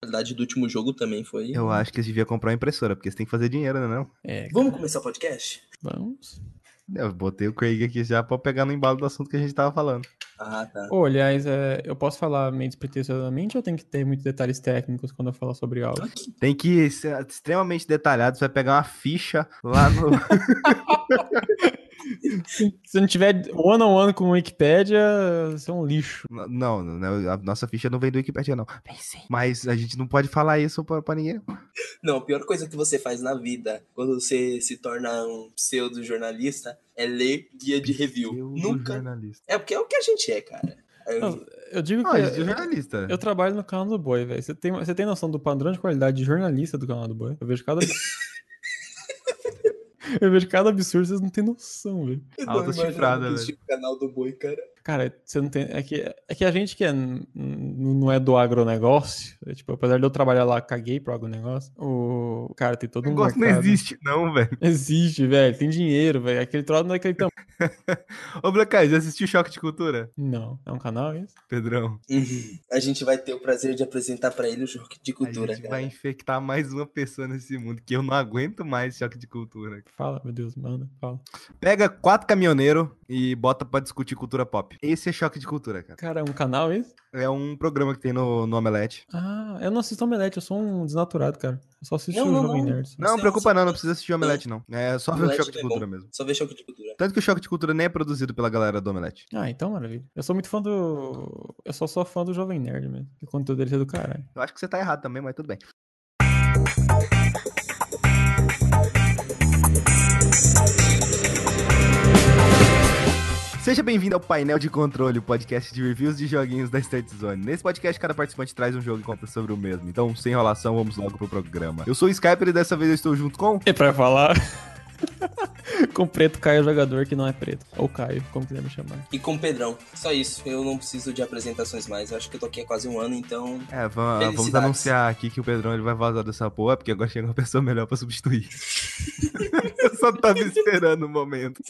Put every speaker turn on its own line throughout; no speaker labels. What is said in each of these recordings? qualidade do último jogo também foi.
Eu acho que eles deviam comprar uma impressora, porque você tem que fazer dinheiro, né? Não?
É,
Vamos começar o podcast?
vamos.
Eu botei o Craig aqui já pra pegar no embalo do assunto que a gente tava falando.
Ah, tá.
Ô, aliás, é, eu posso falar meio despretensiosamente ou tem que ter muitos detalhes técnicos quando eu falar sobre algo?
Tem que ser extremamente detalhado, você vai pegar uma ficha lá no.
Se não tiver one on one com Wikipédia, você é um lixo.
não, não, não, a nossa ficha não vem do Wikipedia, não. Mas a gente não pode falar isso pra, pra ninguém.
Não, a pior coisa que você faz na vida quando você se torna um pseudo-jornalista é ler guia de review.
Eu,
Nunca.
Jornalista.
É porque é o que a gente é, cara. É,
Não, Eu digo que
Ah, isso é
eu,
jornalista.
eu trabalho no canal do Boi, velho. Você tem, você tem noção do padrão de qualidade de jornalista do canal do Boi? Eu vejo cada. eu vejo cada absurdo, vocês não têm noção, velho.
eu
alta
não imagino
chifrada,
que existe o canal do boi, cara.
Cara, você não tem. É que, é que a gente que é, n- n- não é do agronegócio, é, tipo, apesar de eu trabalhar lá, caguei pro agronegócio. O cara tem todo
O
um.
negócio não
mercado.
existe, não, velho.
Existe, velho. Tem dinheiro, velho. Aquele troço não é aquele tamanho.
Ô, Blacai, já assistiu Choque de Cultura,
Não. É um canal isso?
Pedrão?
A gente vai ter o prazer de apresentar pra ele o choque de cultura,
a gente
cara.
vai infectar mais uma pessoa nesse mundo, que eu não aguento mais Choque de Cultura.
Fala, meu Deus, manda. Fala.
Pega quatro caminhoneiros e bota pra discutir cultura pop. Esse é choque de cultura, cara.
Cara, é um canal isso?
É um programa que tem no, no Omelete.
Ah, eu não assisto Omelete, eu sou um desnaturado, cara. Eu só assisto
Não,
o
não,
Jovem
não.
Nerd. só.
Não,
Você-
não preocupa
você-
não, não precisa assistir Omelete, não. É só ver o
Omelete
choque de
é bom.
cultura mesmo.
Só ver choque de cultura.
Tanto que o choque de cultura nem é produzido pela galera do Omelete.
Ah, então maravilha. Eu sou muito fã do. Eu só sou fã do Jovem Nerd mesmo. Que o conteúdo dele é do caralho.
Eu acho que você tá errado também, mas tudo bem. Seja bem-vindo ao Painel de Controle, o podcast de reviews de joguinhos da Start Zone. Nesse podcast, cada participante traz um jogo e conta sobre o mesmo. Então, sem enrolação, vamos logo pro programa. Eu sou o Skyper e dessa vez eu estou junto com...
E pra falar. Com o preto Caio jogador que não é preto. Ou Caio, como quiser me chamar.
E com o Pedrão. Só isso. Eu não preciso de apresentações mais. Eu acho que eu tô aqui há quase um ano, então.
É, va- vamos,
Felicidades.
anunciar aqui que o Pedrão ele vai vazar dessa porra, porque agora chega uma pessoa melhor pra substituir. eu só tava esperando o momento.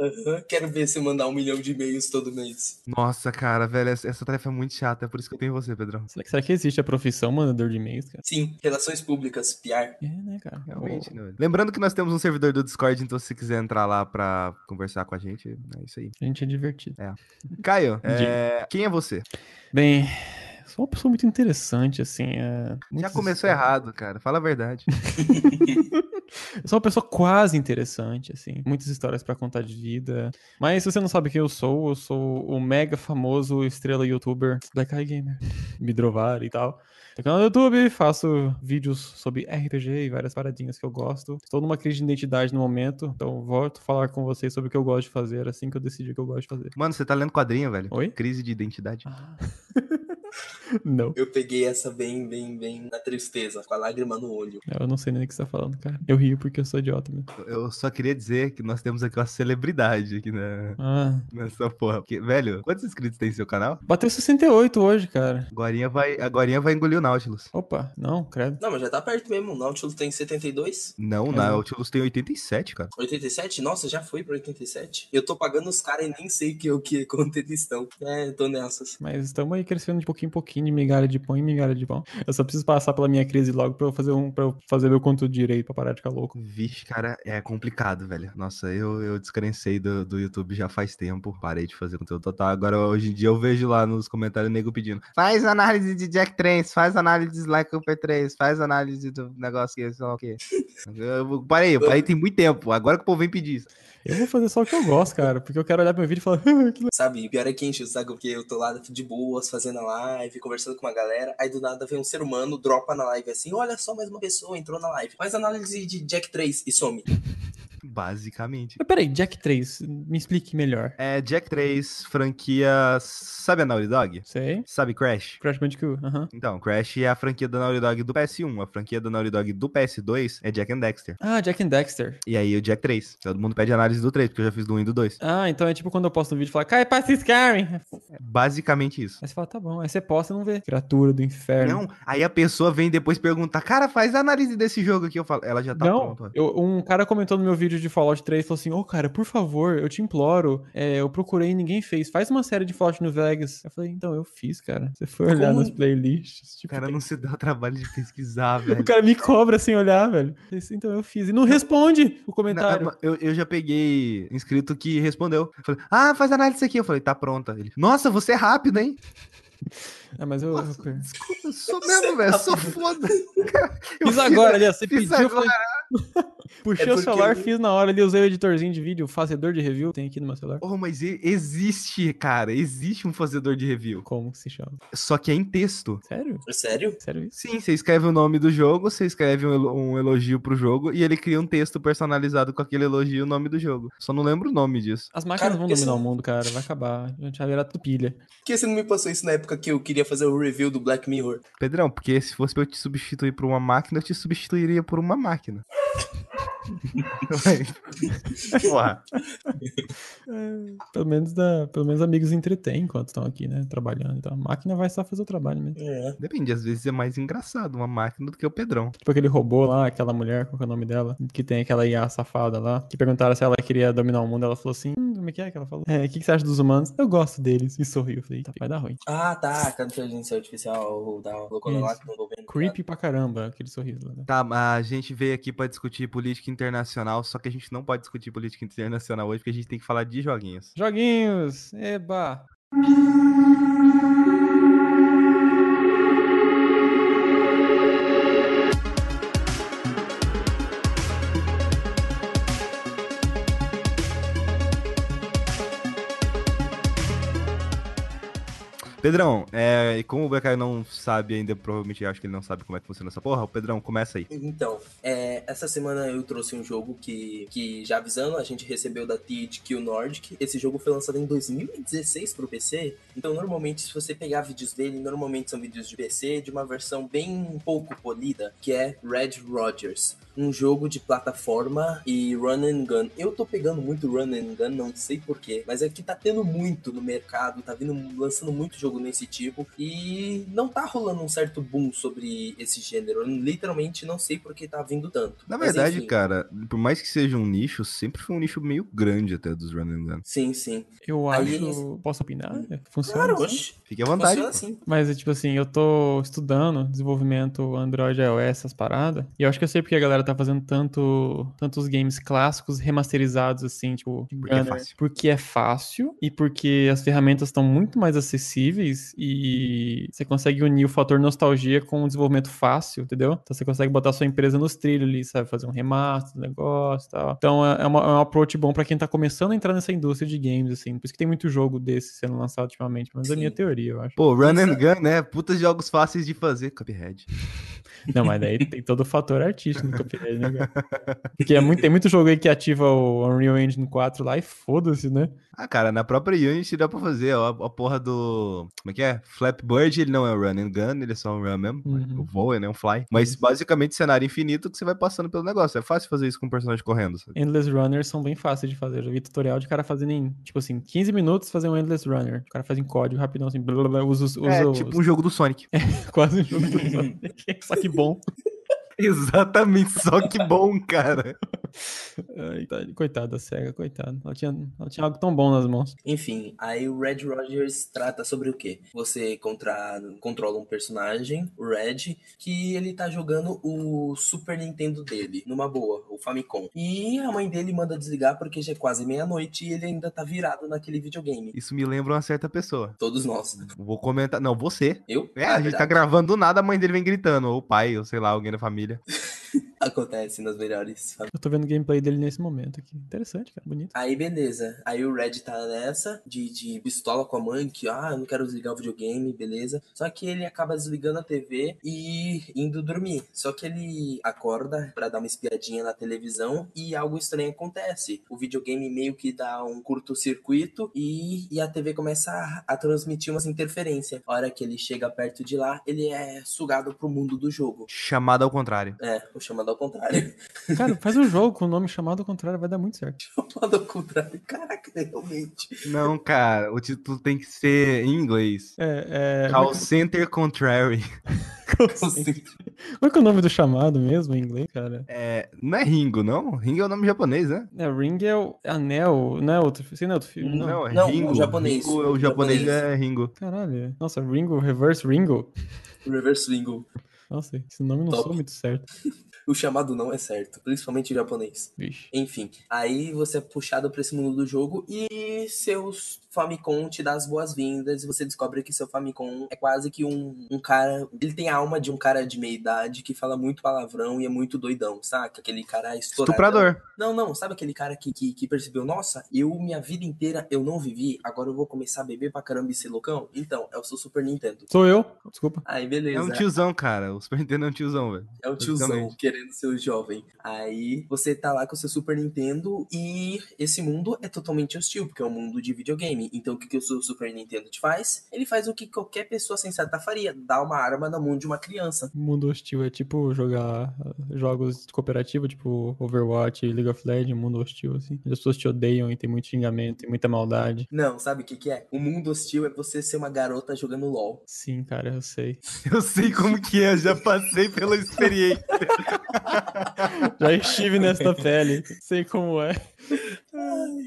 Aham. Quero ver você mandar um milhão de e-mails todo mês.
Nossa, cara, velho, essa, essa tarefa é muito chata, é por isso que eu tenho você, Pedrão.
Será que, será que existe a profissão mandador de e-mails, cara?
Sim, relações públicas, PR.
É, né, cara?
Realmente,
Ou-
né? velho? Lembrando que nós temos um servidor do Discord, então se você quiser entrar lá pra conversar com a gente, é isso aí.
A gente é divertido.
Caio, é, quem é você?
Bem, sou uma pessoa muito interessante, assim. é,
Já
muitas
começou
histórias.
errado, cara, fala a verdade.
Eu sou uma pessoa quase interessante, assim. Muitas histórias pra contar de vida. Mas se você não sabe quem eu sou, eu sou o mega famoso estrela youtuber Black Eye Gamer. Midrovar e tal. Tenho canal no YouTube, faço vídeos sobre RPG e várias paradinhas que eu gosto. Estou numa crise de identidade no momento, então volto a falar com vocês sobre o que eu gosto de fazer assim que eu decidir o que eu gosto de fazer.
Mano, você tá lendo quadrinho, velho?
Oi?
Crise de identidade.
Ah. não.
Eu peguei essa bem, bem, bem na tristeza, com a lágrima no olho.
Eu não sei nem o que você tá falando, cara. Eu rio porque eu sou idiota mesmo.
Eu só queria dizer que nós temos aqui uma celebridade aqui na,
Ah.
nessa porra. Porque, velho, quantos inscritos tem no seu canal?
Bateu 68 hoje, cara.
Agorinha vai, agorinha vai engolir o Nautilus.
Opa, não, credo.
Não, mas já tá perto mesmo. O Nautilus tem 72?
Não, o
Mas não.
Nautilus tem 87, cara.
87? Nossa, já foi pra 87. Eu tô pagando os caras e nem sei que, eu- que, quanto eles estão. É, tô nessas.
Mas estamos aí crescendo de pouquinho em pouquinho, de migalha de pão em migalha de pão. Eu só preciso passar pela minha crise logo pra eu fazer um para fazer meu conteúdo direito pra parar de ficar louco.
Vixe, cara, é complicado, velho. Nossa, eu, eu descansei do, do YouTube já faz tempo. Parei de fazer conteúdo total. Agora, hoje em dia, eu vejo lá nos comentários nego pedindo: faz análise de Jack 3, faz análise de Sly Cooper 3, faz análise do negócio que, sei lá o quê. Eu parei, eu parei tem muito tempo. Agora que o povo vem pedir isso.
Eu vou fazer só o que eu gosto, cara, porque eu quero olhar pro meu vídeo e falar.
Sabe, e pior é que enche o saco, porque eu tô lá de boas, fazendo a live, conversando com uma galera. Aí do nada vem um ser humano, dropa na live assim: olha só, mais uma pessoa entrou na live. Faz análise de Jack 3 e some.
Basicamente.
Mas peraí, Jack 3, me explique melhor.
É Jack 3, franquia. Sabe a Naughty Dog?
Sei.
Sabe Crash?
Crash Bandicoot, aham.
Então, Crash é a franquia da Naughty Dog do PS1. A franquia da Naughty Dog do PS2 é Jack and Dexter.
Ah, Jack and Dexter.
E aí o Jack 3. Todo mundo pede análise do 3, porque eu já fiz do 1 e do 2.
Ah, então é tipo quando eu posto um vídeo e falo, cai, passa esse Karen.
É basicamente isso.
Aí você fala, tá bom. Aí você posta e não vê. Criatura do inferno.
Não, aí a pessoa vem depois perguntar, cara, faz a análise desse jogo aqui. Eu falo, ela já tá
não,
pronta.
eu- um cara comentou no meu vídeo vídeo de Fallout 3 e falou assim: Ô, cara, por favor, eu te imploro. é, eu procurei e ninguém fez. Faz uma série de Fallout no Vegas. Eu falei, então, eu fiz, cara. Você foi olhar
Como?
nas playlists.
O
Tipo,
cara é
tem-
não se dá o trabalho de pesquisar, velho.
o cara me cobra sem olhar, velho. Eu falei assim, Então eu fiz. E não responde o comentário.
Não, eu, eu já peguei inscrito que respondeu. Falei, ah, faz análise aqui. Eu falei, tá pronta. Ele, nossa, você é rápido, hein?
Ah, mas eu.
Nossa,
eu-
desculpa, eu sou mesmo, velho. Eu sou foda. Eu
Fiz
fiz-
tá agora ali, ó. Você
fiz
pediu. eu falei- Puxei
É
o
porque
celular,
eu-
fiz na hora ali, usei o editorzinho de vídeo, o fazedor de review, tem aqui no meu celular.
Oh, mas e- existe, cara. Existe um fazedor de review.
Como que se chama?
Só que é em texto.
Sério?
É Sério?
Sério isso?
Sim, você escreve o nome do jogo, você escreve um elo- um elogio pro jogo e ele cria um texto personalizado com aquele elogio e o nome do jogo. Só não lembro o nome disso.
As máquinas
Cara,
vão
porque
dominar o
se-
mundo, cara. Vai acabar. A gente vai virar tudo pilha.
Por que você não me passou isso na época que eu queria fazer o review do Black Mirror?
Pedrão, porque se fosse pra eu te substituir por uma máquina, eu te substituiria por uma máquina. Ué. Porra.
Pelo menos, da, pelo menos amigos entretêm enquanto estão aqui, né? Trabalhando. Então a máquina vai só fazer o trabalho mesmo.
É.
Depende, às vezes é mais engraçado uma máquina do que o Pedrão.
Tipo aquele robô lá, aquela mulher, qual que é o nome dela? Que tem aquela IA safada lá. Que perguntaram se ela queria dominar o mundo. Ela falou assim: hum, como é que é que ela falou? É, o que, que você acha dos humanos? Eu gosto deles. E sorriu. Eu Falei, "Tá, vai dar ruim.
Ah, tá. Aquela inteligência artificial ou da colocando lá
Isso.
que não tô vendo. tá.
Creepy pra caramba aquele sorriso lá, né?
Tá, mas a gente veio aqui pra discutir política internacional, só que a gente não pode discutir política internacional hoje, porque a gente tem que falar de joguinhos.
Joguinhos! Eba!
Pedrão, é, e como o BK não sabe ainda, provavelmente acho que ele não sabe como é que funciona essa porra, o Pedrão, começa aí.
Então, é, essa semana eu trouxe um jogo que, que, já avisando, a gente recebeu da THQ Nordic. Esse jogo foi lançado em 2016 pro PC. Então, normalmente, se você pegar vídeos dele, normalmente são vídeos de PC de uma versão bem pouco polida, que é Red Rogers. Um jogo de plataforma e run and gun. Eu tô pegando muito run and gun, não sei porquê, mas é que tá tendo muito no mercado, tá vindo lançando muito jogo nesse tipo e não tá rolando um certo boom sobre esse gênero. Eu literalmente não sei porque tá vindo tanto.
Na
Mas,
verdade,
enfim.
cara, por mais que seja um nicho, sempre foi um nicho meio grande até dos Run and Gun.
Sim, sim.
Eu
Aí-
acho. Posso opinar? Funciona?
Claro,
assim?
oxe.
Fique à vontade.
Funciona assim.
Mas, é tipo assim, eu tô estudando desenvolvimento Android iOS, essas paradas. E eu acho que eu sei porque a galera tá fazendo tanto, tantos games clássicos remasterizados, assim, tipo...
Porque é
Gunner.
fácil.
Porque é fácil e porque as ferramentas estão muito mais acessíveis e você consegue unir o fator nostalgia com o desenvolvimento fácil, entendeu? Então você consegue botar a sua empresa nos trilhos ali, sabe? Fazer um remaster, um negócio e tal. Então é, é uma- é um approach bom pra quem tá começando a entrar nessa indústria de games, assim. Por isso que tem muito jogo desse sendo lançado ultimamente. Mas é a minha
Sim.
teoria, eu acho.
Pô, Run
é.
and Gun, né? Puta jogos fáceis de fazer, Cuphead.
Não, mas daí tem todo o fator artístico no Cuphead, né, cara? Porque é muito, tem muito jogo aí que ativa o Unreal Engine 4 lá e foda-se, né?
Ah, cara, na própria Unity dá pra fazer, ó, a porra do... Como é que é? Flapbird, ele não é um Run and Gun, ele é só um Run mesmo.
Uhum.
O voo, ele é um Fly. Mas, basicamente, cenário infinito que você vai passando pelo negócio. É fácil fazer isso com um personagem correndo, sabe?
Endless Runners são bem fáceis de fazer. Eu já vi tutorial de cara fazendo em, tipo assim, 15 minutos fazer um Endless Runner. O cara faz em código rapidão, assim, blá, blá, blá, usa, os- usa
É
os-
tipo um jogo do Sonic.
quase um jogo. do Sonic. Só que bom.
Exatamente, só que bom, cara.
Ai, tá- Coitada da SEGA, coitada. Ela tinha, ela tinha algo tão bom nas mãos.
Enfim, aí o Red Rogers trata sobre o quê? Você contra- controla um personagem, o Red, que ele tá jogando o Super Nintendo dele, numa boa, o Famicom. E a mãe dele manda desligar porque já é quase meia-noite e ele ainda tá virado naquele videogame.
Isso me lembra uma certa pessoa.
Todos nós.
Vou comentar. Não, você.
Eu?
É,
Ah,
a gente tá
verdade.
gravando do nada, a mãe dele vem gritando. Ou o pai, ou sei lá, alguém da família.
Acontece nas melhores
Eu tô vendo o gameplay dele nesse momento aqui. Interessante, cara. Bonito.
Aí beleza. Aí o Red tá nessa de, de pistola com a mãe, que ah, eu não quero desligar o videogame, beleza. Só que ele acaba desligando a TV e indo dormir. Só que ele acorda pra dar uma espiadinha na televisão e algo estranho acontece. O videogame meio que dá um curto-circuito e, e a TV começa a, a transmitir umas interferências. A hora que ele chega perto de lá, ele é sugado pro mundo do jogo.
Chamada ao contrário.
É, o chamado ao contrário.
Cara, faz um jogo com o nome chamado ao contrário, vai dar muito certo.
O chamado ao contrário. Caraca, realmente.
Não, cara, o título tem que ser em inglês.
É, é.
Call Center Contrary.
Assim.
Qual que é o nome do chamado mesmo em inglês, cara?
É, não é Ringo, não? Ringo é o nome japonês, né?
É, Ring é o anel, não é outro, sei não é outro filme, não.
é
Não, o
Ringo.
japonês.
Ringo é
O
o japonês,
japonês.
é Ringo.
Caralho. Nossa, Ringo, Reverse Ringo.
Reverse Ringo.
Nossa, esse nome não
Top.
sou muito certo.
O chamado não é certo, principalmente em japonês.
Vixe.
Enfim, aí você é puxado pra esse mundo do jogo e seus Famicom te dá as boas-vindas e você descobre que seu Famicom é quase que um, um cara. Ele tem a alma de um cara de meia idade que fala muito palavrão e é muito doidão, saca? Aquele cara estourado.
Estuprador.
Não, não, sabe aquele cara que, que, que percebeu, nossa, eu minha vida inteira eu não vivi, agora eu vou começar a beber pra caramba e ser loucão? Então, é o seu Super Nintendo.
Sou eu? Desculpa.
Aí, beleza.
É um tiozão, cara. O Super Nintendo é um tiozão, velho.
É o tiozão
Basicamente.
querendo ser o jovem. Aí você tá lá com o seu Super Nintendo e esse mundo é totalmente hostil, porque é um mundo de videogame. Então o que, que o seu Super Nintendo te faz? Ele faz o que qualquer pessoa sensata faria: dá uma arma na mão de uma criança.
Mundo hostil é tipo jogar ah, jogos de cooperativa, tipo Overwatch, League of Legends, mundo hostil, assim. As pessoas te odeiam e tem muito xingamento, tem muita maldade.
Não, sabe o que, que é? O mundo hostil é você ser uma garota jogando LOL.
Sim, cara, eu sei.
Eu sei como que é, eu já passei pela experiência.
Já estive nesta pele, sei como é.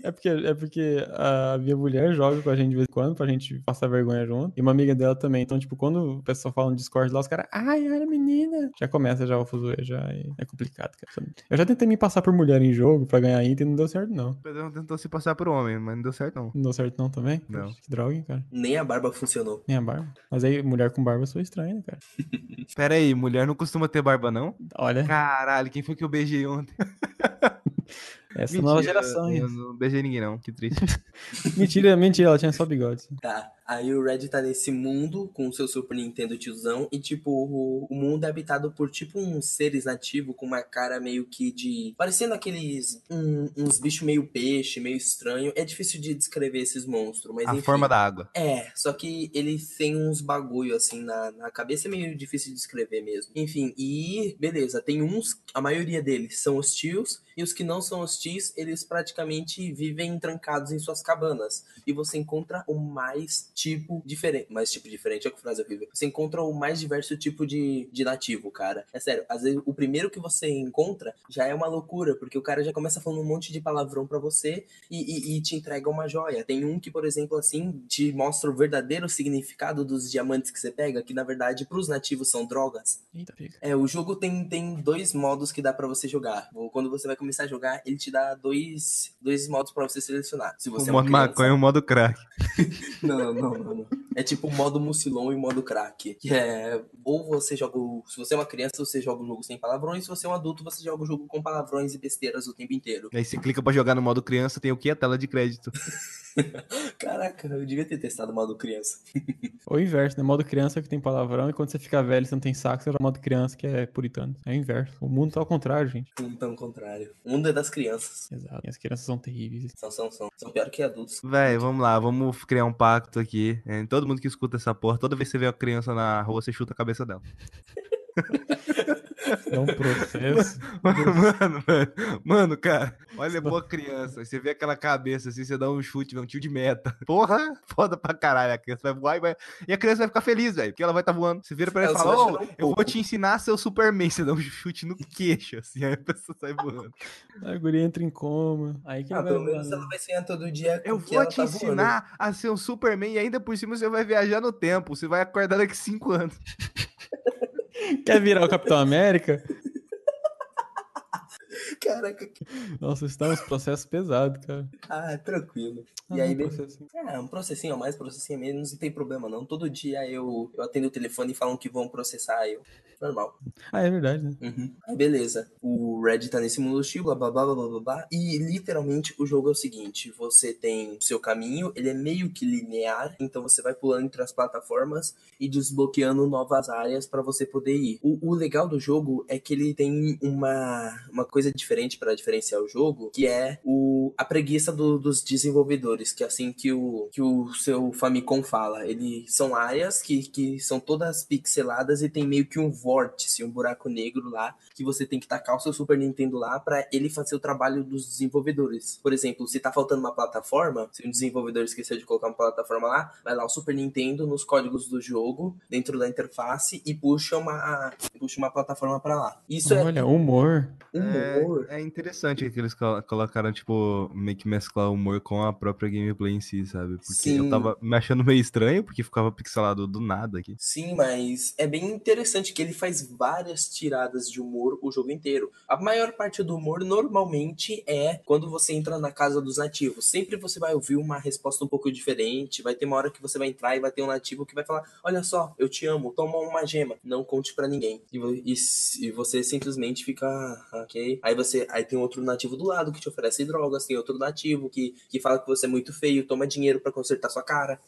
É porque, é porque a minha mulher joga com a gente de vez em quando, pra gente passar vergonha junto. E uma amiga dela também. Então, tipo, quando o pessoal fala no Discord lá, os caras, ai, olha a menina. Já começa já o fuzuê, já. e É complicado, cara. Eu já tentei me passar por mulher em jogo pra ganhar item e não deu certo, não.
O Pedrão tentou se passar por homem, mas não deu certo, não.
Não deu certo, não, também?
Não.
Que droga, hein, cara.
Nem a barba funcionou.
Nem a barba. Mas aí, mulher com barba, eu sou estranha, né, cara.
Pera aí, mulher não costuma ter barba, não?
Olha,
Caralho, quem foi que eu beijei ontem?
essa é
é
nova
Mentira,
geração, hein?
Eu não beijei ninguém, não. Que triste.
Mentira, mentira, ela tinha só bigode.
Tá. Aí o Red tá nesse mundo com o seu Super Nintendo tiozão e, tipo, o, o mundo é habitado por, tipo, uns seres nativos com uma cara meio que de. parecendo aqueles. um- uns bichos meio peixe, meio estranho. É difícil de descrever esses monstros, mas
A
enfim.
forma da água.
É, só que eles têm uns bagulho assim na, na cabeça, é meio difícil de descrever mesmo. Enfim, e beleza, tem uns, a maioria deles são hostis, e os que não são hostis, eles praticamente vivem trancados em suas cabanas. E você encontra o mais tipo diferente. Mais tipo diferente, é que frase horrível. Você encontra o mais diverso tipo de, de nativo, cara. É sério, às vezes o primeiro que você encontra já é uma loucura, porque o cara já começa falando um monte de palavrão pra você e, e- e te entrega uma joia. Tem um que, por exemplo, assim, te mostra o verdadeiro significado dos diamantes que você pega, que na verdade pros nativos são drogas.
Eita, fica.
É, o jogo tem, tem dois modos que dá pra você jogar. Quando você vai começar a jogar, ele te dá dois, dois modos pra você selecionar. Se você
O
é uma
modo
criança-
maconha e o modo crack.
não, não, não, não. É tipo modo mucilon e modo crack. Que é. Ou você joga. o- Se você é uma criança, você joga o jogo sem palavrões. Se você é um adulto, você joga o jogo com palavrões e besteiras o tempo inteiro.
Aí você clica pra jogar no modo criança, tem o que? A tela de crédito.
Caraca, eu devia ter testado modo criança.
Ou o inverso, né? Modo criança que tem palavrão e quando você fica velho e você não tem saco, você era modo criança que é puritano. É o inverso. O mundo tá ao contrário, gente.
Então, ao contrário. O mundo é das crianças.
Exato. E as crianças são terríveis.
São, são, são. São pior que adultos.
Véi, vamos lá, vamos criar um pacto aqui. É, todo mundo que escuta essa porra, toda vez que você vê uma criança na rua, você chuta a cabeça dela.
É um processo.
Mano, mano, mano, cara, olha é boa criança. aí Você vê aquela cabeça assim, você dá um chute, velho, um tio de meta. Porra, foda pra caralho. A criança vai voar e vai. E a criança vai ficar feliz, velho, porque ela vai estar voando. Você vira pra ela e
Ela só vai
fala: Ô,
chorar um
eu vou
pouco."
te ensinar a ser o Superman. Você dá um chute no queixo, assim, aí a pessoa sai voando.
a guria entra em coma. Aí que
Ah,
vai
pelo menos
voando.
ela vai sonhar todo dia. com
Eu
que
é vou
ela
te
tá voando.
ensinar a ser um Superman e ainda por cima você vai viajar no tempo. Você vai acordar daqui cinco anos.
Quer virar o Capitão América?
Caraca, que-
Nossa, isso tá uns processos pesados, cara.
ah, tranquilo.
Ah,
E aí,
um
beleza.
processo-
É, um processinho a mais, processinho a menos, não tem problema não. Todo dia eu, eu atendo o telefone e falam que vão processar eu. Normal.
Ah, é verdade, né?
Uhum. Aí beleza. O Red tá nesse mundo hostil, blá blá blá blá blá blá, blá. E literalmente o jogo é o seguinte: você tem o seu caminho, ele é meio que linear, então você vai pulando entre as plataformas e desbloqueando novas áreas pra você poder ir. O, o legal do jogo é que ele tem uma, uma coisa diferente pra diferenciar o jogo, que é o, a preguiça do- dos desenvolvedores, que é assim que o, que o seu Famicom fala. Ele são áreas que, que são todas pixeladas e tem meio que um vórtice, um buraco negro lá, que você tem que tacar o seu Super Nintendo lá pra ele fazer o trabalho dos desenvolvedores. Por exemplo, se tá faltando uma plataforma, se um desenvolvedor esqueceu de colocar uma plataforma lá, vai lá o Super Nintendo nos códigos do jogo, dentro da interface, e puxa uma, puxa uma plataforma pra lá. Isso
Olha, humor.
é humor.
É, é interessante que eles colo- colocaram, tipo, meio que mesclar o humor com a própria gameplay em si, sabe? Porque eu
Sim.
tava me achando meio estranho, porque ficava pixelado do nada aqui.
Sim, mas é bem interessante que ele faz várias tiradas de humor o jogo inteiro. A maior parte do humor normalmente é quando você entra na casa dos nativos. Sempre você vai ouvir uma resposta um pouco diferente. Vai ter uma hora que você vai entrar e vai ter um nativo que vai falar: Olha só, eu te amo, toma uma gema, não conte pra ninguém. E, vo- e s- e você simplesmente fica, "Ah, ok. Aí você, aí tem outro nativo do lado que te oferece drogas, tem outro nativo que, que fala que você é muito feio, toma dinheiro pra consertar sua cara.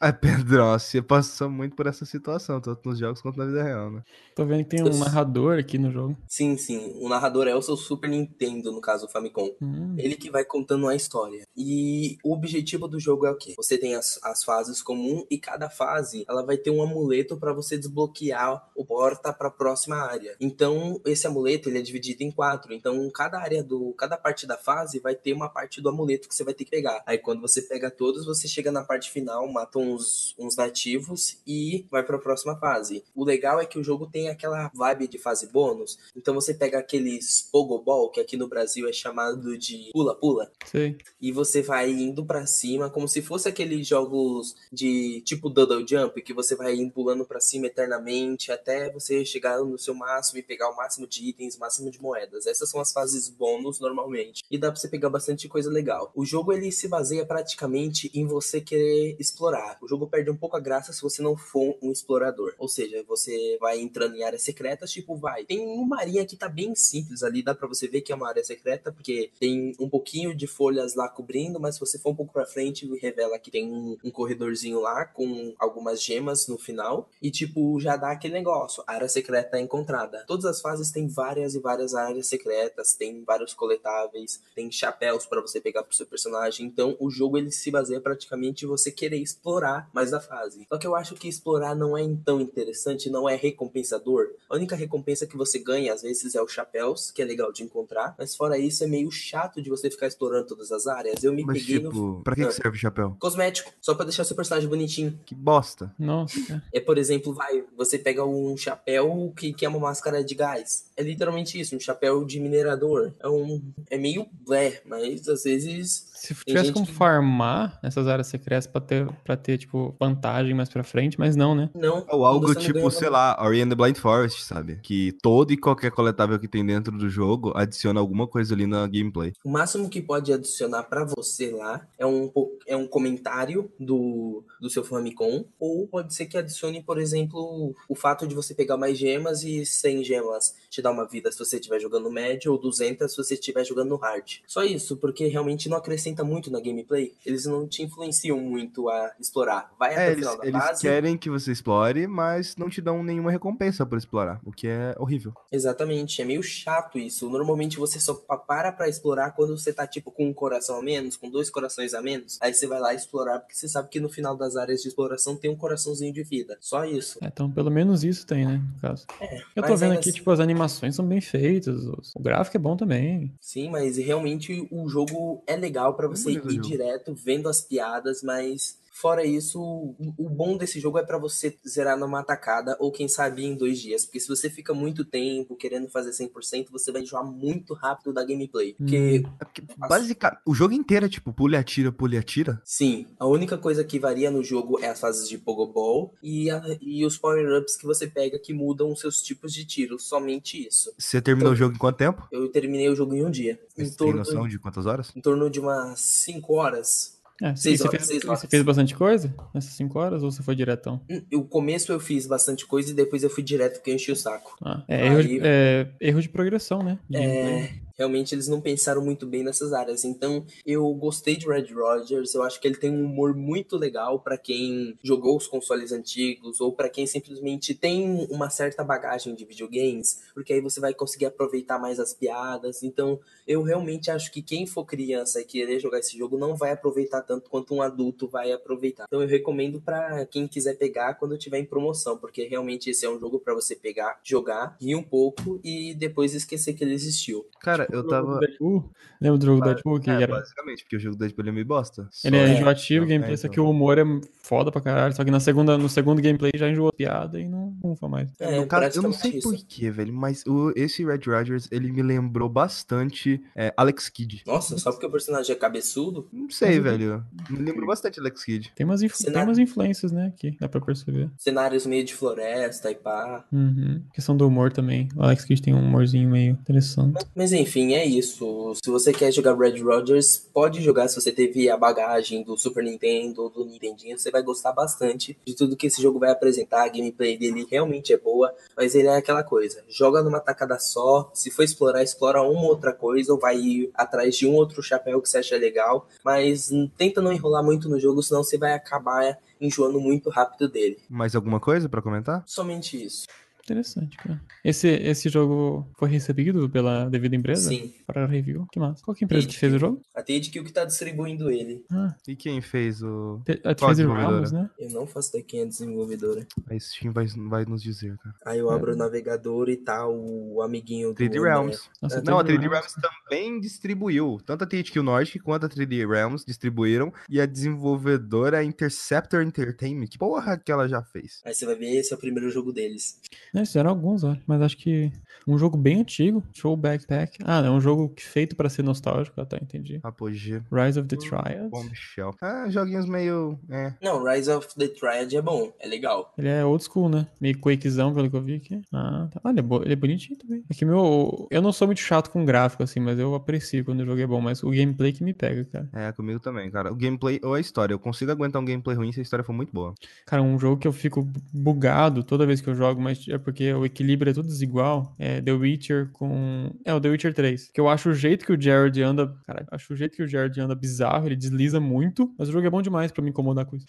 Ah, Pedro, você passou muito por essa situação, tanto nos jogos quanto na vida real, né?
Tô vendo que tem um narrador aqui no jogo.
Sim, sim. O narrador é o seu Super Nintendo, no caso, o Famicom.
Hum.
Ele que vai contando a história. E o objetivo do jogo é o quê? Você tem as, as fases comum e cada fase ela vai ter um amuleto pra você desbloquear o porta pra próxima área. Então, esse amuleto ele é dividido em quatro. Então, cada área do. cada parte da fase vai ter uma parte do amuleto que você vai ter que pegar. Aí quando você pega todos, você chega na parte final, mata uns, uns nativos e vai pra próxima fase. O legal é que o jogo tem aquela vibe de fase bônus. Então você pega aqueles pogobol, que aqui no Brasil é chamado de pula-pula,
Sei.
e você vai indo pra cima como se fosse aqueles jogos de tipo Double Jump, que você vai indo pulando pra cima eternamente até você chegar no seu máximo e pegar o máximo de itens, máximo de moedas. Essas são as fases bônus normalmente e dá pra você pegar bastante coisa legal. O jogo ele se baseia praticamente em você querer explorar. O jogo perde um pouco a graça se você não for um explorador. Ou seja, você vai entrando em áreas secretas, tipo, vai. Tem uma arinha que tá bem simples ali, dá pra você ver que é uma área secreta, porque tem um pouquinho de folhas lá cobrindo, mas se você for um pouco pra frente, revela que tem um, um corredorzinho lá com algumas gemas no final. E, tipo, já dá aquele negócio: a área secreta é encontrada. Todas as fases tem várias e várias áreas secretas, tem vários coletáveis, tem chapéus pra você pegar pro seu personagem. Então, o jogo ele se baseia praticamente em você querer explorar mais a fase. Só que eu acho que explorar não é tão interessante, não é recompensador. A única recompensa que você ganha, às vezes, é os chapéus, que é legal de encontrar. Mas fora isso, é meio chato de você ficar explorando todas as áreas. Eu me
Mas,
peguei no. Ah.
tipo, pra que, que serve o chapéu?
Cosmético, só pra deixar seu personagem bonitinho.
Que bosta.
Nossa, cara.
É, por exemplo, vai, você pega um chapéu que, que é uma máscara de gás. É literalmente isso, um chapéu de minerador. É um. É meio blé, mas às vezes
Se
Tem
tivesse
gente
como
que-
farmar nessas áreas secretas pra ter, pra ter, tipo, vantagem mais pra frente, mas não, né?
não.
Ou algo
você não
tipo,
ganha
sei lá, Ori and the Blind Forest, sabe? Que todo e qualquer coletável que tem dentro do jogo adiciona alguma coisa ali na gameplay.
O máximo que pode adicionar pra você lá é um, po- é um comentário do, do seu Famicom, ou pode ser que adicione, por exemplo, o fato de você pegar mais gemas e 100 gemas te dá uma vida se você estiver jogando médio, ou 200 se você estiver jogando no hard. Só isso, porque realmente não acrescenta muito na gameplay, eles não te influenciam muito a explorar. Vai até
É,
o
eles,
final da
eles
fase.
querem que você explore, mas não te dão nenhuma recompensa por explorar, o que é horrível.
Exatamente, é meio chato isso. Normalmente você só pa- para pra explorar quando você tá tipo com um coração a menos, com dois corações a menos. Aí você vai lá explorar porque você sabe que no final das áreas de exploração tem um coraçãozinho de vida. Só isso.
É, então, pelo menos isso tem, né? No caso. Eu tô
mas
vendo
ainda
aqui,
assim-
tipo, as animações são bem feitas, os- o gráfico é bom também.
Sim, mas realmente o jogo é legal pra você
bonito o
ir
jogo.
direto vendo as piadas, mas fora isso, o o bom desse jogo é pra você zerar numa tacada ou quem sabe em dois dias, porque se você fica muito tempo querendo fazer 100%, você vai enjoar muito rápido da gameplay. Porque
É porque,
Nossa.
basicamente, o jogo inteiro é tipo, pule, atira, pule, atira.
Sim, a única coisa que varia no jogo é as fases de Pogobol e, a- e os power-ups que você pega que mudam os seus tipos de tiro, somente isso.
Você terminou o jogo em quanto tempo?
Eu terminei o jogo em um dia, em
Você tem
torno, tipo,
noção de quantas horas?
em torno de umas 5 horas.
É,
Seis
e você,
horas,
fez,
seis
e você
horas.
fez bastante coisa nessas 5 horas ou você foi diretão?
Hum, O começo eu fiz bastante
Ah, é né?
É. coisa Realmente eles não pensaram muito bem nessas áreas. Então, eu gostei de Red Rogers, eu acho que ele tem um humor muito legal pra quem jogou os consoles antigos ou pra quem simplesmente tem uma certa bagagem de videogames, porque aí você vai conseguir aproveitar mais as piadas. Então, eu realmente acho que quem for criança e querer jogar esse jogo não vai aproveitar tanto quanto um adulto vai aproveitar. Então eu recomendo pra quem quiser pegar quando tiver em promoção, porque realmente esse é um jogo pra você pegar, jogar, rir um pouco e depois esquecer que ele existiu.
Cara, eu tava.
Deadpool? Lembra do jogo do
Ah,
Deadpool? Que
É,
era...
basicamente, porque o jogo do Deadpool ele é meio bosta.
Ele é
É,
enjoativo,
não,
o gameplay,
é,
só
então.
que o humor é foda pra caralho. Só que na segunda, no segundo gameplay já enjoou a piada e não, não foi mais.
É, no caso, eu não sei
praticamente isso.
porquê, velho, mas o, esse Red Rogers, ele me lembrou bastante é, Alex Kidd.
Nossa, só porque o personagem é cabeçudo?
Não sei,
Mas
velho. Me lembrou bastante Alex Kidd.
Tem umas, influ-
Será?
tem umas influências, né, aqui, dá pra perceber.
Cenários meio de floresta e pá.
Uhum. Questão do humor também. O Alex Kidd tem um humorzinho meio interessante.
Mas enfim, é isso. Se você quer jogar Red Rogers, pode jogar se você teve a bagagem do Super Nintendo ou do Nintendinho. Você vai gostar bastante de tudo que esse jogo vai apresentar. A gameplay dele realmente é boa, mas ele é aquela coisa: joga numa tacada só. Se for explorar, explora uma outra coisa ou vai ir atrás de um outro chapéu que você acha legal. Mas hum, tenta não enrolar muito no jogo, senão você vai acabar enjoando muito rápido dele.
Mais
É.
alguma coisa pra comentar?
Somente isso.
Interessante, cara. Esse, esse jogo foi recebido pela devida empresa?
Sim.
Para review? Que massa. Qual que é a empresa que
Sim.
fez o jogo?
Até de que o que tá distribuindo ele.
Ah,
E quem fez o.
te- a
Qual a
Tracy
desenvolvedora?
Ramos, né?
Eu não faço daqui a desenvolvedora.
A Steam vai, vai nos dizer, cara.
Aí eu abro o navegador e tá o amiguinho do.
3D
né?
André.
Realms.
Nossa,
É, Não, a 3D
É, Realms.
Realms também distribuiu. Tanto a THQ Nordic quanto a 3D Realms distribuíram. E a desenvolvedora é Interceptor Entertainment. Que porra que ela já fez?
Aí você vai ver esse é o primeiro jogo deles.
Né, eles fizeram alguns, olha. Mas acho que um jogo bem antigo, Show Backpack. Ah, é um jogo que- feito pra ser nostálgico, até entendi.
Apogee.
Rise of the Triad.
Bombshell. Ah, joguinhos meio. É.
Não, Rise of the Triad é bom, é legal.
Ele é old school, né? Meio Quakezão, pelo que eu vi aqui. Ah, tá. Ah, ele é, bo- ele é bonitinho também. É que meu. Eu não sou muito chato com gráfico, assim, mas eu aprecio quando o jogo é bom. Mas o gameplay que me pega, cara.
É, comigo também, cara. O gameplay ou a história. Eu consigo aguentar um gameplay ruim se a história for muito boa.
Cara, um jogo que eu fico bugado toda vez que eu jogo, mas é porque o equilíbrio é tudo desigual. É The Witcher com. É o The Witcher 3. Que eu acho o jeito que o Jared anda. Cara, acho o jeito que o Jared anda bizarro, ele desliza muito, mas o jogo é bom demais pra me incomodar com isso.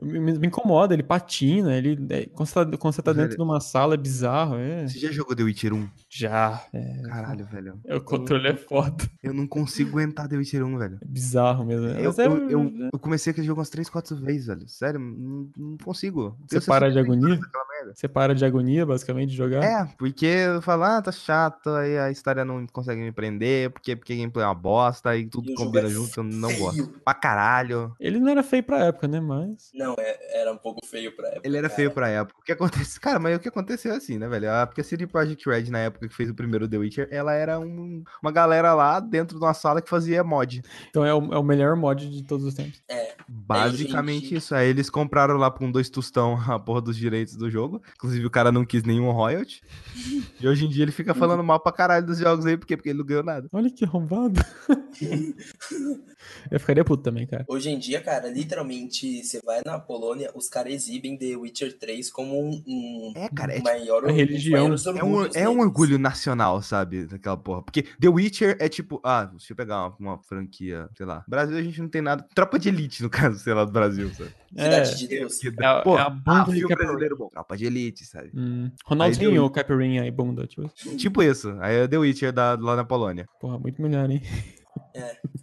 me, me- me incomoda, ele patina, ele. é, quando, você tá, quando você tá dentro
Velho.
de uma sala, é bizarro, é.
Você já jogou The Witcher 1?
Já. É,
Caralho, velho.
o controle é foda.
Eu não consigo aguentar The Witcher 1, velho.
É bizarro mesmo. né?
Eu,
Mas é-
eu, eu, eu comecei aquele jogo umas 3, 4 vezes, velho. Sério, não, não consigo.
Você
Deus,
para
eu
de
sou
agonia?
daquela merda.
Você para de agonia, basicamente, de jogar.
É, porque eu falo, ah, tá chato, aí a história não consegue me prender, porque, porque gameplay é uma bosta, aí tudo
E o jogo
combina
é
junto, eu não gosto.
Feio.
Pra caralho.
Ele não era feio pra época, né? Mas.
Não, é- era um pouco feio pra época.
Ele era
cara.
feio pra época. O que acontece? Cara, mas o que aconteceu é assim, né, velho? Ah, Porque a CD Projekt Red, na época que fez o primeiro The Witcher, ela era um- uma galera lá dentro de uma sala que fazia mod.
Então é o, é o melhor mod de todos os tempos.
Basicamente
gente.
isso. Aí eles compraram lá por um dois tostão a porra dos direitos do jogo. Inclusive o cara não quis nenhum royalty. E hoje em dia ele fica falando mal pra caralho dos jogos aí, porque, porque ele não ganhou nada.
Olha que arrombado. eu ficaria puto também, cara.
Hoje em dia, cara, literalmente, você vai na Polônia, os caras exibem The Witcher 3 como um. um
É, cara, é
um maior,
uma religião.
maiores
É um,
orgulhos né?
é um
deles.
orgulho nacional, sabe? Daquela porra. Porque The Witcher é tipo, ah, deixa eu pegar uma, uma franquia, sei lá. Brasil a gente não tem nada. Tropa de elite, no caso, sei lá, do Brasil, sabe?
Cidade
É.
tá de Deus.
É a-
Pô,
é a bunda
ah,
de
filme
Capiroto.
brasileiro bom. Tropa de elite, sabe?
Hum,
Aí
Ronaldinho
deu-
ou Caipirinha e bunda, tipo.
tipo isso. Aí é The Witcher da, lá na Polônia.
Porra, muito melhor, hein?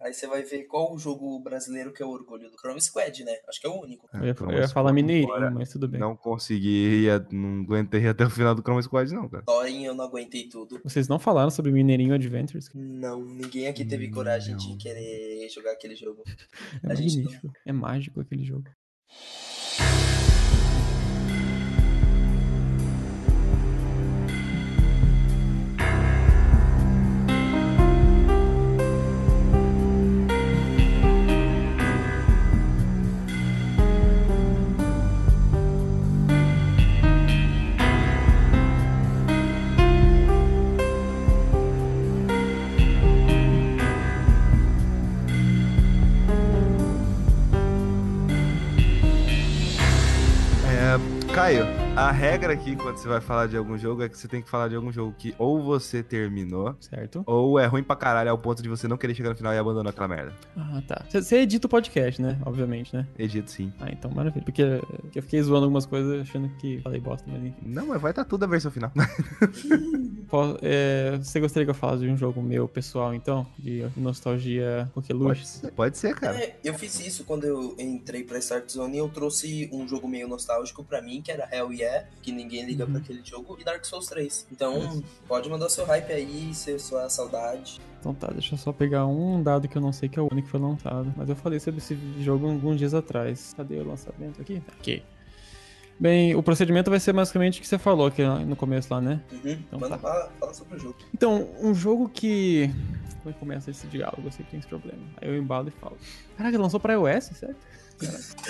Aí você vai ver qual o jogo brasileiro que é o orgulho do Chrome Squad, né? Acho que é o único.
Eu ia,
Chroma
eu ia falar
Squad,
mineirinho,
bora.
mas tudo bem.
Não consegui, ia- não aguentei até o final do Chroma Squad, não, cara.
Thorin, eu não aguentei tudo.
Vocês não falaram sobre Mineirinho Adventures?
Não, ninguém aqui
Hum,
teve coragem de
Não.
querer jogar aquele jogo.
É
A gente não-
magnífico. É mágico aquele jogo.
É, A regra aqui, quando você vai falar de algum jogo, é que você tem que falar de algum jogo que ou você terminou,
Certo?
ou é ruim pra caralho ao ponto de você não querer chegar no final e abandonar aquela merda.
Ah, tá. Você- Você edita o podcast, né? Obviamente, né?
Edito sim.
Ah, então maravilha. Porque eh, eu fiquei zoando algumas coisas achando que falei bosta, mas enfim.
Não, mas vai estar tudo a versão final.
Po- é, você gostaria que eu falasse de um jogo meu pessoal, então? De nostalgia
Pode
coqueluche?
ser, pode ser, cara.
É, eu fiz isso quando eu entrei pra Start Zone. Eu trouxe um jogo meio nostálgico pra mim, que era Hell Yeah, que ninguém liga
Uhum.
pra aquele jogo, e Dark Souls 3. Então, pode mandar seu hype aí, seu, sua saudade.
Então tá, deixa eu só pegar um dado que eu não sei que é o ano que foi lançado. Mas eu falei sobre esse jogo alguns dias atrás. Cadê o lançamento aqui? Aqui. Bem, o procedimento vai ser basicamente o que você falou aqui no começo lá, né?
Uhum.
Então
Manda
tá.
fala, fala sobre o jogo.
Então, um jogo que. Como é que começa esse diálogo? Eu sei que tem esse problema. Aí eu embalo e falo. Caraca, lançou pra iOS, certo?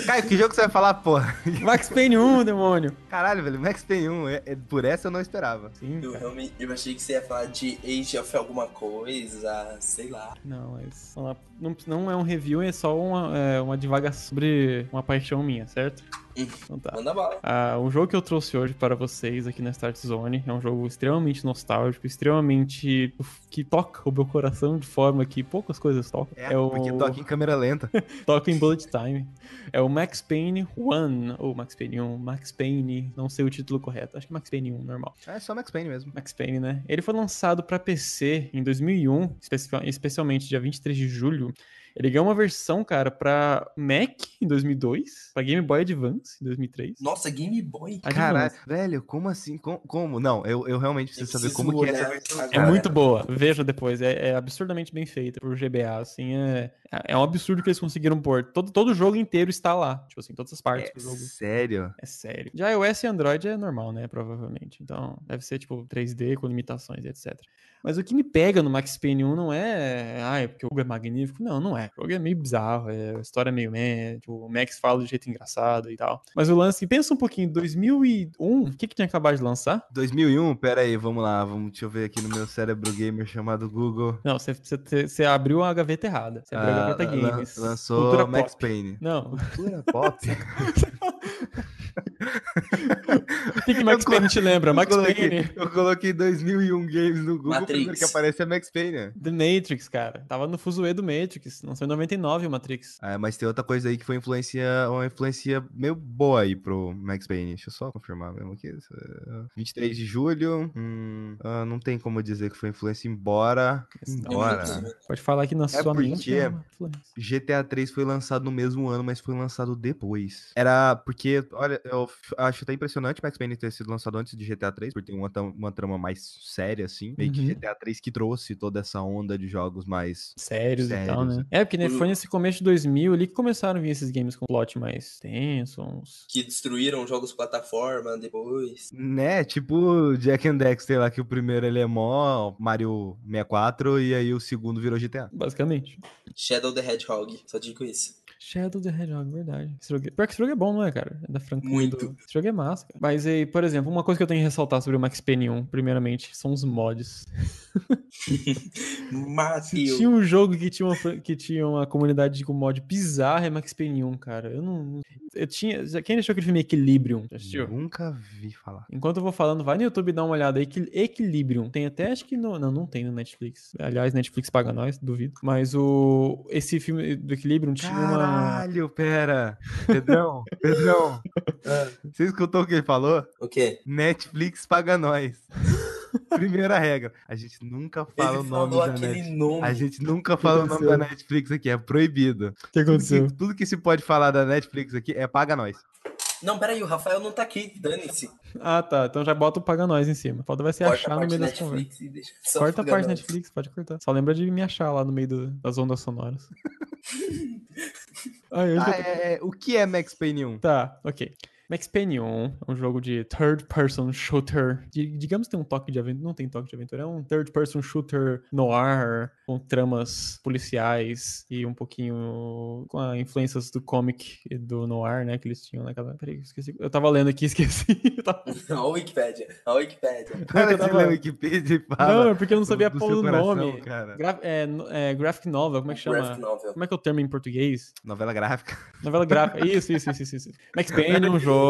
Caio, que jogo você vai falar, porra?
Max Payne 1, demônio!
Caralho, velho, Max Payne 1, é- é- por essa eu não esperava.
Sim,
Eu
cara.
realmente eu achei que você ia falar de Age of alguma coisa, sei lá.
Não, mas vamos lá. não, não é um review, é só uma, é, uma divagação sobre uma paixão minha, certo? Então tá.
Manda bala.
Ah, o jogo que eu trouxe hoje para vocês aqui na Start Zone é um jogo extremamente nostálgico, extremamente que toca o meu coração de forma que poucas coisas tocam.
É, porque toca em câmera lenta.
Toca em Bullet Time. É o Max Payne 1, ou Max Payne 1, Max Payne, não sei o título correto, acho que Max Payne 1, normal.
É só Max Payne mesmo.
Max Payne, né? Ele foi lançado pra PC em 2001, especi- um, especialmente dia 23 de julho. Ele ganhou uma versão, cara, pra Mac em 2002, pra Game Boy Advance em 2003.
Nossa, Game Boy.
Advance.
Caralho, velho, como assim? Com- Como? Não, eu, eu realmente
Eu
preciso saber
preciso
como que é
olhar
essa versão.
agora.
É
cara.
muito boa, veja depois, é, é absurdamente bem feita por GBA, assim, é, é um absurdo que eles conseguiram pôr, todo, todo o jogo inteiro está lá, tipo assim, todas as partes
É
do jogo.
sério?
É sério. Já iOS e Android é normal, né? Provavelmente. Então, deve ser tipo 3D com limitações, etc. Mas o que me pega no Max Payne 1 não é. Ah, é porque o jogo é magnífico. Não, não é. O jogo é meio bizarro. É... A história é meio meh. Tipo, o Max fala de jeito engraçado e tal. Mas o lance, pensa um pouquinho. 2001, o que, que tinha acabado de lançar?
2001? Pera aí, vamos lá, vamos, deixa eu ver aqui no meu cérebro gamer chamado Google.
Não, você- você você abriu a gaveta errada. Você abriu a
Ah,
gaveta
lan-
tá Games.
lançou
Cultura
Max
pop.
Payne.
Não.
Cultura pop?
O que, que Max Payne te lembra? Max
eu coloquei,
Payne.
Eu coloquei 2001 games no Google, o
Matrix.
primeiro que aparece é Max Payne.
The Matrix, cara. Tava no fuzuê do Matrix. Lançou em 99 o Matrix.
Ah, mas tem outra coisa aí que foi influência, uma influência meio boa aí pro Max Payne. Deixa eu só confirmar mesmo aqui. Eh, 23 de julho. Hum, ah, não tem como dizer que foi influência, embora.
Esse não
Embora.
é muito-
Pode falar que na sua
porque-
mente é uma influência.
GTA 3 foi lançado no mesmo ano, mas foi lançado depois. Era porque, olha, eu f- acho até impressionante Max Payne ter sido lançado antes de GTA 3, porque tem uma, tam- uma trama mais séria, assim. Meio que
Uhum.
GTA 3 que trouxe toda essa onda de jogos mais.
Sérios, e tal,
Sérios,
né? É, porque né,
Hum.
foi nesse começo de 2000 ali que começaram a vir esses games com plot mais tenso, uns...
Que destruíram jogos plataforma depois.
Né, tipo Jack and Dexter lá, que o primeiro ele é mó Mario 64 e aí o segundo virou GTA.
Basicamente.
Shadow the Hedgehog, só digo isso.
Shadow the Hedgehog, verdade. Esse jogo... Pior que esse jogo é bom, não é, cara? É da franquia.
Muito.
do- Esse jogo é massa, cara. Mas aí, por exemplo, uma coisa que eu tenho que ressaltar sobre o Max Payne 1, primeiramente, são os mods. Se
Matthew.
Tinha um jogo que tinha uma, fran- que tinha uma comunidade com mod bizarra, é Max Payne 1, cara. Eu não. não- Eu tinha. já- Quem deixou aquele filme Equilibrium? Já assistiu?
Nunca vi falar.
Enquanto eu vou falando, vai no YouTube dar uma olhada aí. que Equilibrium. Tem até, acho que no. Não, não tem no Netflix. Aliás, Netflix paga nós, duvido. Mas o. Esse filme do Equilibrium tinha uma.
Caralho, pera. Pedrão, Pedrão. Você escutou o que ele falou?
Ah, O quê?
Netflix paga nós. Primeira regra. A gente nunca
Ele
fala o nome
falou
da
aquele
né?
Netflix.
nome.
A gente nunca fala o nome da
aconteceu?
Netflix aqui, é proibido.
O que
Tudo
aconteceu?
que, tudo que se pode falar da Netflix aqui é paga nós.
Não, peraí, o Rafael não tá aqui, dane-se.
Ah, tá. Então já bota o paga nós em cima. Falta vai ser
Corta
achar
a
no
parte
meio
da
das conversas.
Netflix e deixa só
Corta a
Fuga
parte da
Nós.
Netflix, pode cortar. Só lembra de me achar lá no meio do- das ondas sonoras. ah, eu
Ah,
já...
é- é- o que é Max Payne 1?
Tá, ok. Max Payne 1 é um jogo de third person shooter. Di- digamos que tem um toque de aventura. Não tem toque de aventura, é um third person shooter noir, com tramas policiais e um pouquinho com a influências do comic e do noir, né? Que eles tinham naquela. Peraí, eu esqueci. Eu tava lendo aqui, esqueci. Eu tava-
A Wikipédia, a Wikipédia.
Para de
tava-
ler o Wikipedia e fala.
Não, é porque eu não sabia
do
pôr
seu
o
coração,
nome.
cara.
Gra- é, no- é, graphic novel, como é que chama?
Graphic novel.
Como é que é o termo em português?
Novela gráfica.
Novela gráfica. Isso, isso, isso, isso, isso. Max Payne é um jogo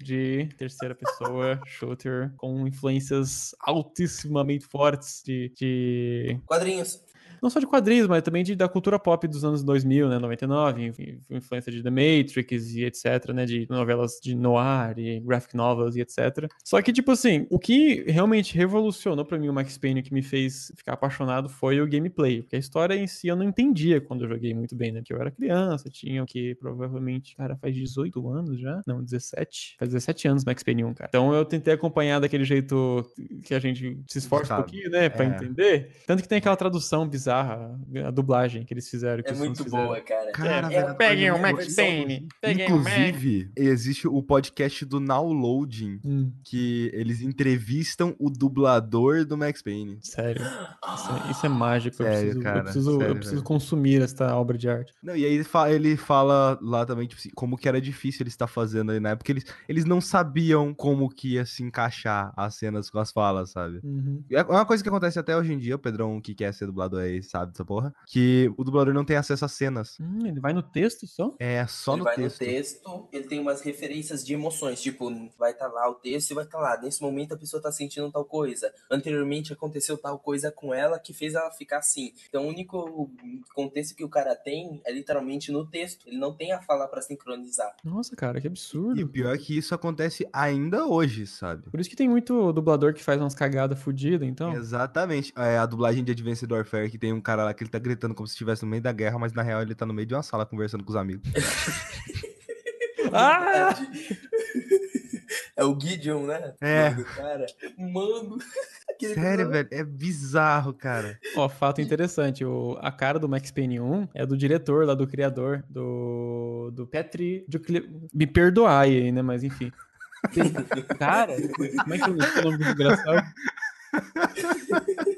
de terceira pessoa, shooter, com influências altissimamente fortes de, de-
Quadrinhos.
Não só de quadrinhos, mas também de, da cultura pop dos anos 2000, né? 99, enfim, influência de The Matrix e etc, né? De novelas de noir e graphic novels e etc. Só que, tipo assim, o que realmente revolucionou pra mim o Max Payne, o que me fez ficar apaixonado foi o gameplay. Porque a história em si eu não entendia quando eu joguei muito bem, né? Porque eu era criança, tinha o que provavelmente, cara, faz 18 anos já? Não, 17. Faz 17 anos Max Payne 1, cara. Então eu tentei acompanhar daquele jeito que a gente se esforça um
Sabe.
pouquinho, né? Pra
É.
entender. Tanto que tem aquela tradução bizarra, a dublagem que eles fizeram. Que
É
os fãs
muito
fizeram.
boa, cara.
Cara,
é,
velho,
peguem o
Max Payne. Peguem o Max.
Inclusive, existe o podcast do Now Loading,
Hum,
que eles entrevistam o dublador do Max Payne.
sério,
Ah,
isso é, isso é mágico. eu
Sério,
preciso, eu
cara,
preciso- eu
sério,
preciso
velho.
consumir esta obra de arte.
Não, e aí ele fala, ele fala lá também, tipo, assim, como que era difícil ele estar fazendo aí na época. Eles, eles não sabiam como que ia se encaixar as cenas com as falas, sabe?
Uhum.
É uma coisa que acontece até hoje em dia, o Pedrão que quer ser dublador aí, sabe dessa porra? Que o dublador não tem acesso às cenas.
Hum, ele vai no texto só?
É só
ele
no
vai
texto.
no texto, ele tem umas referências de emoções, tipo, vai estar lá o texto e vai estar lá. Nesse momento a pessoa tá sentindo tal coisa. Anteriormente aconteceu tal coisa com ela que fez ela ficar assim. Então o único contexto que o cara tem é literalmente no texto. Ele não tem a fala pra sincronizar.
Nossa, cara, que absurdo.
E o pior é que isso acontece ainda hoje, sabe?
Por isso que tem muito dublador que faz umas cagadas fodidas, então.
Exatamente. É a dublagem de Advanced Warfare que tem um cara lá que ele tá gritando como se estivesse no meio da guerra, mas na real ele tá no meio de uma sala conversando com os amigos.
Ah!
É o Gideon, né?
É.
O nome do cara. Mano. aquele
Sério,
episódio-
velho, é bizarro, cara.
Ó, fato interessante, o, a cara do Max Payne 1 é do diretor lá, do criador, do, do Petri... Ducli- Me perdoai aí, né, mas enfim. cara, como é que eu não sei o nome desse engraçado?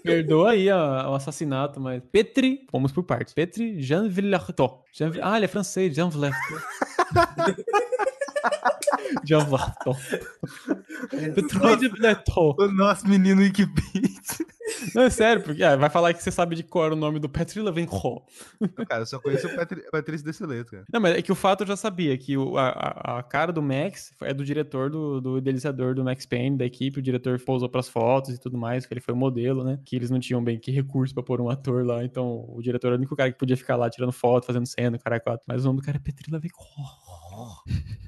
Perdoa aí ó, o assassinato, mas... Petri, vamos por partes. Petri Jean Villartot. Jean... Ah, ele é francês, Jean Villartot. Jean Villartot.
é
Petri Jean Villartot.
O nosso menino Wikipedia.
Não, é sério, porque ah, vai falar que você sabe de cor o nome do Petri Levenko.
Cara, eu só conheço o Patri- Patrício Desselete, cara.
Não, mas é que o fato eu já sabia, que o- a, a- a cara do Max é do diretor, do, do idealizador do Max Payne, da equipe, o diretor pousou pras fotos e tudo mais, que ele foi o modelo, né? Que eles não tinham bem que recurso pra pôr um ator lá, então o diretor era o único cara que podia ficar lá tirando foto, fazendo cena, cara quatro. Mas o nome do cara é Petri Levenko.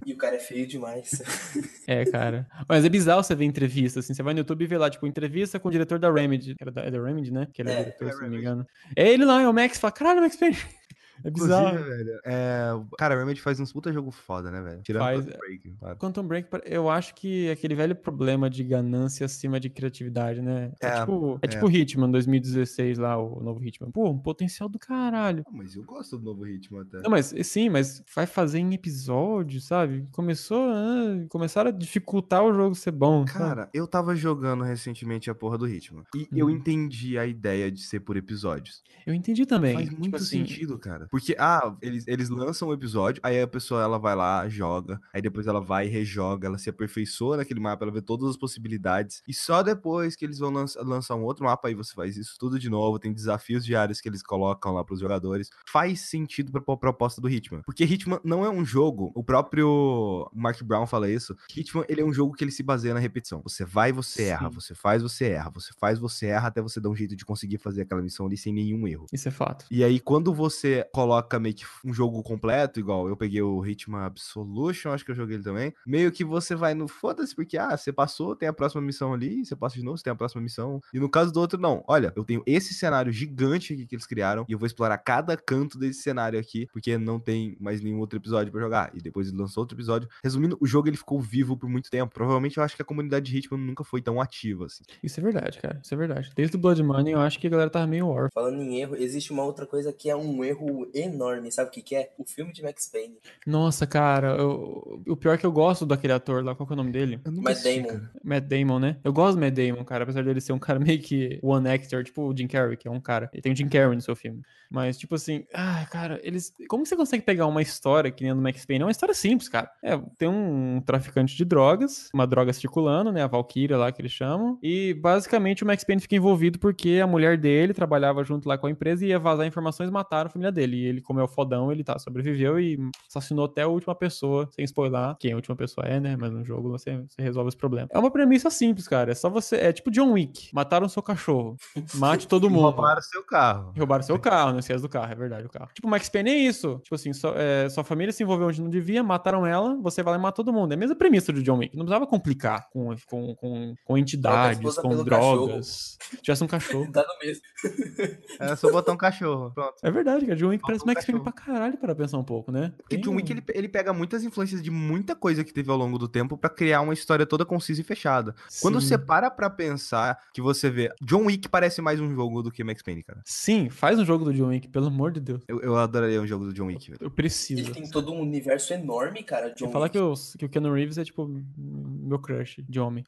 E o cara é feio demais.
É, cara. Mas é bizarro você ver entrevista, assim. Você vai no YouTube e vê lá, tipo, entrevista com o diretor da Remedy. que Era da, é da Remedy, né? Que ele é,
É,
diretor,
é
se não me
Remedy.
engano. É ele lá, é o Max. Fala, caralho, Max Payne. É bizarro.
Inclusive, velho, é... cara, o Remedy faz uns puta jogo foda, né, velho? Tirando
Faz, é.
Quantum Break, claro.
Quantum Break, pare- eu acho que é aquele velho problema de ganância acima de criatividade, né? É,
É,
tipo, é
é.
tipo o Hitman 2016 lá, o novo Hitman. Pô, um potencial do caralho.
Ah, mas eu gosto do novo ritmo até.
Não, mas sim, mas vai fazer em episódio, sabe? Começou, ah, começaram a dificultar o jogo ser bom. sabe?
Cara, eu tava jogando recentemente a porra do ritmo. E eu
Uhum.
entendi a ideia de ser por episódios.
eu entendi também.
Faz
tipo
muito
assim,
sentido, cara. Porque, ah, eles, eles lançam um episódio, aí a pessoa ela vai lá, joga, aí depois ela vai e rejoga, ela se aperfeiçoa naquele mapa, ela vê todas as possibilidades. E só depois que eles vão lan- lançar um outro mapa, aí você faz isso tudo de novo, tem desafios diários que eles colocam lá pros jogadores. Faz sentido pra proposta do Hitman. Porque Hitman não é um jogo, o próprio Mark Brown fala isso, Hitman ele é um jogo que ele se baseia na repetição. Você vai, você erra,
Sim.
você faz, você erra, você faz, você erra, até você dar um jeito de conseguir fazer aquela missão ali sem nenhum erro.
Isso é fato.
E aí, quando você coloca meio que um jogo completo, igual eu peguei o Hitman Absolution, acho que eu joguei ele também, meio que você vai no foda-se, porque, ah, você passou, tem a próxima missão ali, você passa de novo, você tem a próxima missão. E no caso do outro, não. Olha, eu tenho esse cenário gigante aqui que eles criaram, e eu vou explorar cada canto desse cenário aqui, porque não tem mais nenhum outro episódio pra jogar. E depois ele lançou outro episódio. Resumindo, o jogo ele ficou vivo por muito tempo. Provavelmente eu acho que a comunidade de Hitman nunca foi tão ativa, assim.
Isso é verdade, cara. Isso é verdade. Desde o Blood Money, eu acho que a galera tava meio órfã.
Falando em erro, existe uma outra coisa que é um erro enorme. Sabe o que, que é? O filme de Max Payne.
Nossa, cara, eu- o pior é que eu gosto daquele ator lá, qual que é o nome dele?
Eu nunca
Matt
assisti,
Damon.
cara.
Matt Damon, né? Eu gosto do Matt Damon, cara, apesar dele ser um cara meio que one actor, tipo o Jim Carrey, que é um cara. Ele tem o Jim Carrey no seu filme. Mas, tipo assim, ah, cara, eles. Como que você consegue pegar uma história que nem a do Max Payne? É uma história simples, cara. É, tem um traficante de drogas, uma droga circulando, né? A Valkyria lá que eles chamam. E basicamente o Max Payne fica envolvido porque a mulher dele trabalhava junto lá com a empresa e ia vazar informações e mataram a família dele. E ele, como é o fodão, ele tá, sobreviveu e assassinou até a última pessoa, sem spoiler quem a última pessoa é, né? Mas no jogo você, você resolve os problemas. É uma premissa simples, cara. É só você. É tipo John Wick. Mataram seu cachorro. Mate todo mundo.
Roubaram seu carro.
E Roubaram seu carro, não esquece do carro, é verdade, o carro. Tipo, Max Payne é isso. Tipo assim, sua, é, sua família se envolveu onde não devia, mataram ela, você vai lá e mata todo mundo. É a mesma premissa do John Wick. Não precisava complicar com, com, com, com entidades,
esposa
com
pelo
drogas. Se Tivesse um cachorro.
Dá Tá no mesmo.
Era só botar um cachorro. Pronto.
É verdade, cara. John Wick parece
Faltou um
Max Payne pra
cachorro.
caralho para pensar um pouco, né?
Porque
Quem
John
não-
Wick, ele, ele pega muitas influências de muita coisa que teve ao longo do tempo pra criar uma história toda concisa e fechada. Quando
Sim.
você para pra pensar que você vê... John Wick parece mais um jogo do que Max Payne, cara.
Sim, faz um jogo do John Wick, pelo amor de Deus.
Eu, eu adoraria um jogo do John Wick, velho.
Eu preciso.
Ele tem todo um universo enorme, cara. John
Quer falar
Wick.
que, eu, que o Keanu Reeves é tipo meu crush de homem.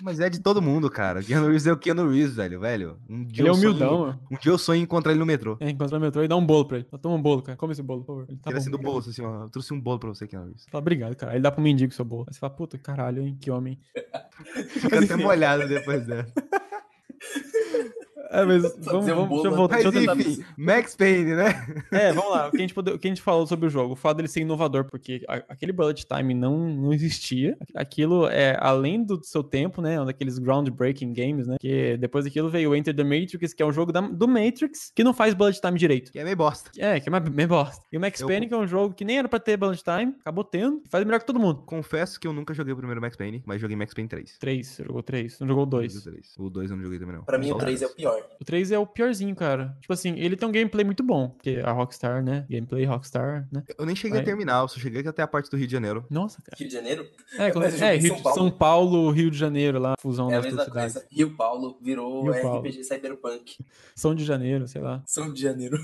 Mas é de todo mundo, cara. Keanu Reeves é o Keanu Reeves, velho, velho. Um dia
ele é
eu sonho-
humildão, mano.
um dia eu sonho em encontrar ele no metrô.
É, enquanto no metrô e dá um bolo pra ele. Toma um bolo, cara. Come esse bolo, por favor. Ele tá
Tira assim do
bom.
bolso, assim, ó. Eu trouxe um bolo pra você, Keanu Reeves.
Fala, obrigado, cara. Aí Ele dá pro mendigo seu bolo. Aí você fala, puta, caralho, hein? Que homem.
Fica até molhado depois dessa.
É, mas vamos,
Fazer um
vamos,
bolo
deixa eu voltar.
Mas
Deixa eu tentar...
enfim, Max Payne, né?
É, vamos lá. O que, a gente pode- o que a gente falou sobre o jogo? O fato dele ser inovador, porque a- aquele bullet time não, não existia. Aquilo é além do seu tempo, né? Um daqueles groundbreaking games, né? Que depois daquilo veio o Enter the Matrix, que é um jogo da- do Matrix, que não faz bullet time direito.
Que é meio bosta.
É, que é uma meio bosta. E o Max
Eu-
Payne, que é um jogo que nem era pra ter bullet time, acabou tendo, faz melhor que todo mundo.
Confesso que eu nunca joguei o primeiro Max Payne, mas joguei Max Payne 3.
Três, você jogou três, não jogou
O
dois.
3. O 2 eu não joguei também, não.
Pra mim, o 3 é o pior.
O 3 é o piorzinho, cara. Tipo assim, ele tem um gameplay muito bom, porque a Rockstar, né? Gameplay Rockstar, né?
Eu nem cheguei
Aí.
a terminar, eu só cheguei até a parte do Rio de Janeiro.
Nossa, cara.
Rio de Janeiro
É, quando-
Mas eu
é,
joguei
Rio
São
de
Paulo.
São Paulo, Rio de Janeiro, lá, fusão
é a
das duas
mesma
cidades.
coisa. Rio Paulo virou
Rio Paulo.
RPG Cyberpunk.
São de Janeiro, sei lá.
São de Janeiro.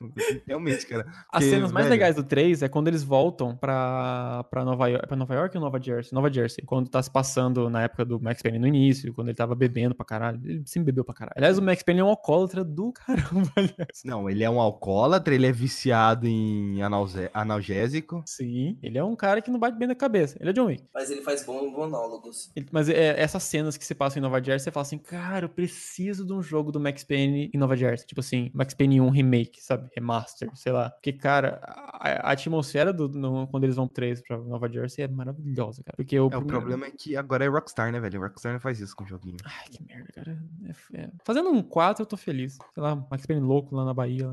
Realmente, cara.
As
Porque,
cenas mais
velho-
legais do 3 é quando eles voltam pra, pra, Nova, York, pra Nova York ou Nova Jersey? Nova Jersey. Quando tá se passando na época do Max Payne no início, quando ele tava bebendo pra caralho. Ele sempre bebeu pra caralho. Aliás, o Max Payne é um alcoólatra do caramba, aliás.
Não, ele é um alcoólatra, ele é viciado em analze- analgésico.
Sim, ele é um cara que não bate bem na cabeça. Ele é John Wick.
Mas ele faz bons monólogos.
Ele- Mas é, essas cenas que se passam em Nova Jersey, você fala assim, cara, eu preciso de um jogo do Max Payne em Nova Jersey. Tipo assim, Max Payne 1 remake, sabe? Remaster, sei lá. Porque, cara, a, a atmosfera do, no- quando eles vão 3 pra Nova Jersey é maravilhosa, cara. Porque o,
É, o
primeiro-
problema é que agora é Rockstar, né, velho? Rockstar não faz isso com o joguinho.
Ai, que merda, cara. É f- é. Fazendo um 4, eu tô feliz. Sei lá, Max Payne louco lá na Bahia.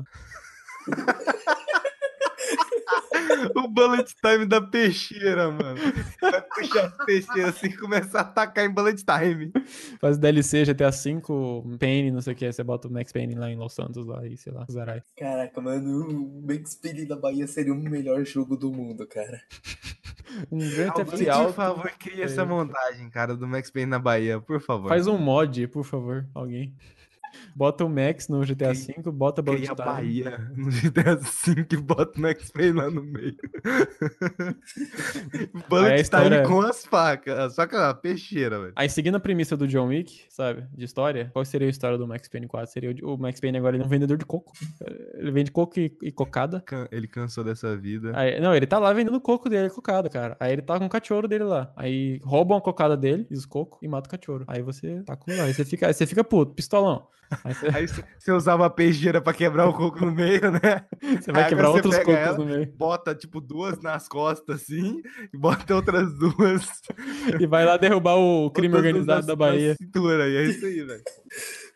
o bullet time da peixeira, mano. Vai puxar as peixeiras assim e começar a atacar em bullet time.
Faz DLC GTA V, Payne, não sei o que. Aí você bota o Max Payne lá em Los Santos, lá e sei lá, Zarai.
Caraca, mano, o Max Payne da Bahia seria o melhor jogo do mundo, cara.
Um Grand
Alguém,
Theft
por
Auto.
favor, cria essa
É.
montagem, cara, do Max Payne na Bahia, por favor.
Faz um mod, por favor, alguém. Bota o Max no GTA V, bota Bullet
Cria a
Time.
Bahia no GTA V e assim bota o Max Payne lá no meio.
Aí É a
Bullet
história-
Time com as facas. A faca, a peixeira, velho.
Aí, seguindo a premissa do John Wick, sabe, de história, qual seria a história do Max Payne 4? Seria o o Max Payne agora ele é um vendedor de coco. Ele vende coco e, e cocada.
Can- Ele cansou dessa vida.
Aí- não, ele tá lá vendendo coco dele, cocada, cara. Aí ele tá com o cachorro dele lá. Aí roubam a cocada dele, e os cocos, e mata o cachorro. Aí você tá com. Aí você fica, aí você fica puto, pistolão. Aí você,
Aí você- você usava a peixeira pra quebrar o coco no meio, né?
você vai
Aí
quebrar
você
outros
pega
cocos
ela.
no meio.
Bota, tipo, duas nas costas, assim, e bota outras duas.
E vai lá derrubar o crime
outras duas
organizado
nas-
da Bahia.
Na cintura, e é isso aí, velho.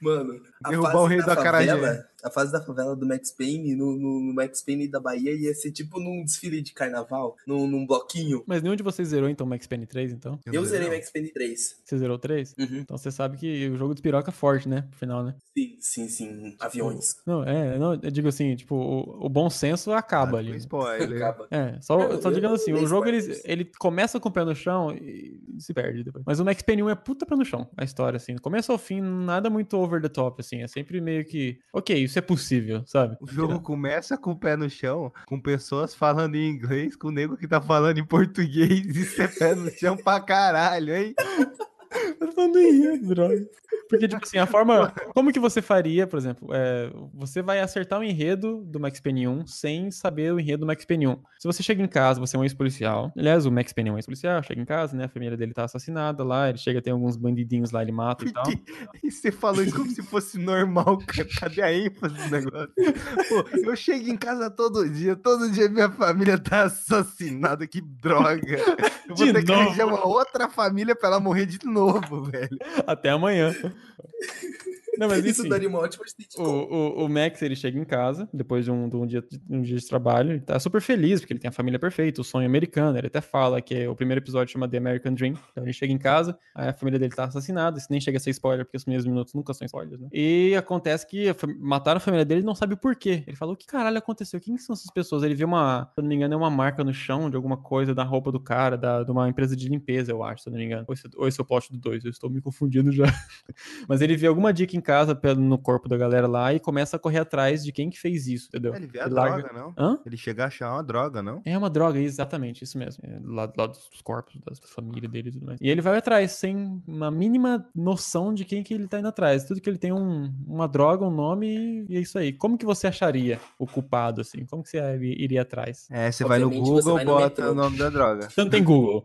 Mano, a
Derrubar
fase
o rei
da
do acarajé.
favela, a fase da favela do Max Payne no, no- no Max Payne da Bahia ia ser tipo num desfile de carnaval, num, num bloquinho.
Mas nenhum de vocês zerou, então, Max Payne 3, então?
Eu, zerei
não.
Max Payne 3.
Você zerou o 3?
Uhum.
Então você sabe que o jogo de piroca é forte, né? Pro final, né?
Sim, sim, sim. Aviões.
Não, é, não, eu digo assim, tipo, o, o bom senso acaba
Ah,
ali.
Spoiler.
Acaba.
É, só,
Eu-
só
eu
digamos
não
assim,
dei
o jogo ele,
spoilers.
ele começa com o pé no chão e se perde depois. Mas o Max Payne 1 é puta pé no chão, a história, assim. Do começo ao fim, nada muito over the top, assim. É sempre meio que, ok, isso é possível, sabe?
O jogo começa com o pé no chão, com pessoas falando em inglês, com o nego que tá falando em português. Isso é pé no chão pra caralho, hein?
Eu não ia, droga. Porque, tipo assim, a forma. Como que você faria, por exemplo, é, você vai acertar o enredo do Max Payne 1 sem saber o enredo do Max Payne 1. Se você chega em casa, você é um ex-policial. Aliás, o Max Payne é um ex-policial, chega em casa, né? A família dele tá assassinada lá, ele chega, tem alguns bandidinhos lá, ele mata
Então?
e tal.
E você falou isso como se fosse normal, cara. Cadê a ênfase do negócio? Pô, eu chego em casa todo dia, todo dia minha família tá assassinada, que droga. Eu vou
De
ter que
novo.
arranjar uma outra família pra ela morrer de novo, velho.
Até amanhã. Não, mas
Isso
enfim.
daria uma ótima estética.
O, o, o Max, ele chega em casa, depois de um, de um dia, de um dia de trabalho, ele tá super feliz, porque ele tem a família perfeita, o sonho americano, ele até fala que é o primeiro episódio chama The American Dream, então ele chega em casa, aí a família dele tá assassinada, isso nem chega a ser spoiler, porque os primeiros minutos nunca são spoilers, né? E acontece que a fam- mataram a família dele e não sabe o porquê. Ele falou, o que caralho aconteceu? Quem são essas pessoas? Ele vê uma, se eu não me engano, é uma marca no chão de alguma coisa da roupa do cara, da, de uma empresa de limpeza, eu acho, se eu não me engano. Ou esse, ou esse é o plot do 2, eu estou me confundindo já. Mas ele vê alguma dica em casa pelo- no corpo da galera lá e começa a correr atrás de quem que fez isso, entendeu?
Ele vê a
Ele
droga,
larga-
não?
Hã?
Ele chega a achar uma droga, não?
É uma droga, exatamente, isso mesmo. É, lá, lá dos corpos, das- da família dele e tudo mais. E ele vai atrás, sem uma mínima noção de quem que ele tá indo atrás. Tudo que ele tem é um, uma droga, um nome e é isso aí. Como que você acharia o culpado, assim? Como que você iria atrás?
É, você vai no
Obviamente, você
Google,
vai no
bota
metrô.
o nome da droga.
Você não tem Google.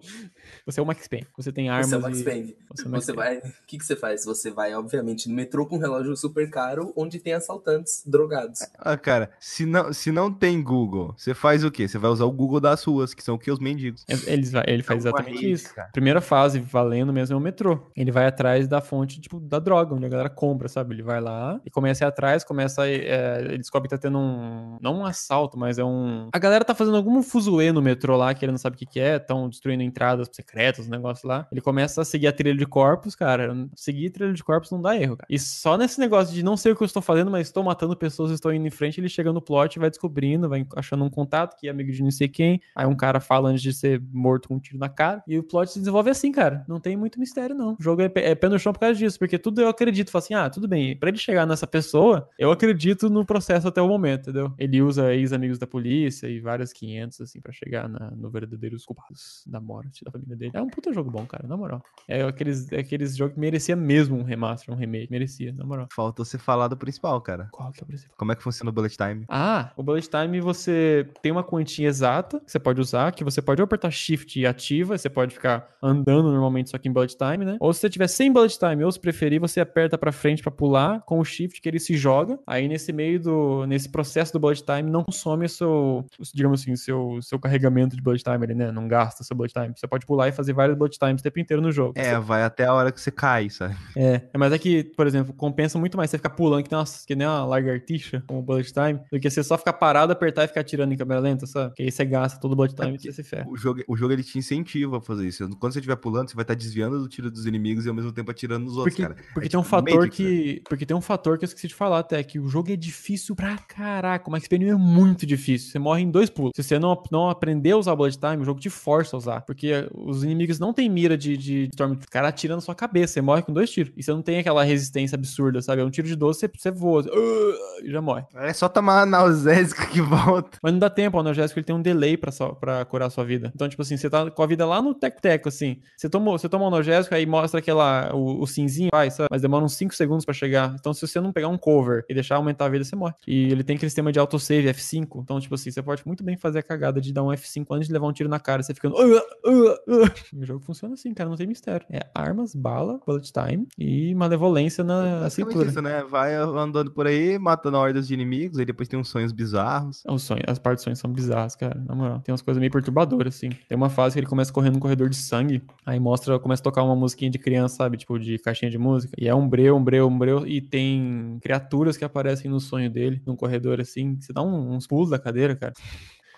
Você é o Max Payne. Você tem armas
Você é o Max
e-
Payne.
Você, é o Max
Você
Payne.
vai. O que, que você faz? Você vai, obviamente, no metrô com um relógio super caro, onde tem assaltantes drogados.
Ah, cara, se não, se não tem Google, você faz o quê? Você vai usar o Google das ruas, que são o que os mendigos.
É- Eles vai- ele faz
Alguma
exatamente
rede,
isso.
cara.
Primeira fase, valendo mesmo, é o metrô. Ele vai atrás da fonte, tipo, da droga, onde a galera compra, sabe? Ele vai lá e começa a ir atrás, começa a... é, ele descobre que tá tendo um... Não um assalto, mas é um... A galera tá fazendo algum fuzuê no metrô lá, que ele não sabe o que que é, estão destruindo entradas secretas, um negócio lá. Ele começa a seguir a trilha de corpos, cara. Seguir trilha de corpos não dá erro, cara. E só nesse negócio de não sei o que eu estou fazendo, mas estou matando pessoas, estou indo em frente, ele chega no plot, vai descobrindo, vai achando um contato que é amigo de não sei quem. Aí um cara fala antes de ser morto com um tiro na cara. E o plot se desenvolve assim, cara. Não tem muito mistério, não. O jogo é pé é pé no chão por causa disso, porque tudo eu acredito. Fala assim, ah, tudo bem. Pra ele chegar nessa pessoa, eu acredito no processo até o momento, entendeu? Ele usa ex-amigos da polícia e várias 500, assim, pra chegar na, no verdadeiros culpados da morte da família dele. É um puta jogo bom, cara, na moral. É aqueles, é aqueles jogos que merecia mesmo um remaster, um remake. Merecia, na moral.
Faltou você falar do principal, cara.
Qual que é o principal?
Como é que funciona o bullet time?
Ah, o bullet time você tem uma quantia exata que você pode usar, que você pode ou apertar shift e ativa, você pode ficar andando normalmente só que em bullet time, né? Ou se você tiver sem bullet time, ou se preferir, você aperta pra frente pra pular com o shift que ele se joga. Aí nesse meio do nesse processo do bullet time não consome o seu, digamos assim, o seu seu carregamento de bullet time, ele né, não gasta seu bullet time. Você pode pular e fazer vários bullet times o tempo inteiro no jogo.
É, vai até a hora que você cai, sabe?
É, mas é que, por exemplo, compensa muito mais você ficar pulando que, tem umas- que nem uma lagartixa, como o bullet time, do que você só ficar parado, apertar e ficar tirando em câmera lenta, sabe? Que aí você gasta todo o bullet time e
É porque
você se ferra.
O jogo, o jogo ele te incentiva a fazer isso. Quando você estiver pulando, você vai estar desviando do tiro dos inimigos e ao mesmo tempo atirando nos outros,
Porque,
cara.
porque
É
tem um
tipo
fator
Matrix,
que. Porque tem um fator que eu esqueci de falar até, que o jogo é difícil pra caraca. O Max Payne é muito difícil. Você morre em dois pulos. Se você não, não aprender a usar o Bullet Time, o jogo te força a usar. Porque os inimigos não têm mira de, de Stormtrooper. O cara atira na sua cabeça. Você morre com dois tiros. E você não tem aquela resistência absurda, sabe? É um tiro de 12, você, você voa. você- e já morre.
É só tomar analgésico que volta.
Mas não dá tempo, o analgésico ele tem um delay pra, só, pra curar a sua vida. Então, tipo assim, você tá com a vida lá no tec-teco, assim. Você toma, você toma um analgésico, aí mostra aquela, o, o cinzinho, vai, sabe? Mas demora uns 5 segundos pra chegar. Então, se você não pegar um cover e deixar aumentar a vida, você morre. E ele tem aquele sistema de autosave, F5. Então, tipo assim, você pode muito bem fazer a cagada de dar um F5 antes de levar um tiro na cara. Você ficando... "Ah, ah, ah". O jogo funciona assim, cara, não tem mistério. É armas, bala, bullet time e malevolência na
Basicamente
cintura.
isso, né? Vai andando por aí, matando hordas de inimigos, aí depois tem uns sonhos bizarros.
Os sonhos, É um as partes dos sonhos são bizarras, cara. Na moral. Tem umas coisas meio perturbadoras, assim. Tem uma fase que ele começa correndo num corredor de sangue. Aí mostra, começa a tocar uma musiquinha de criança, sabe? Tipo, de caixinha de música. E é um breu, um breu, um breu. E tem criaturas que aparecem no sonho dele, num corredor assim. que Você dá um- uns pulos da cadeira, cara.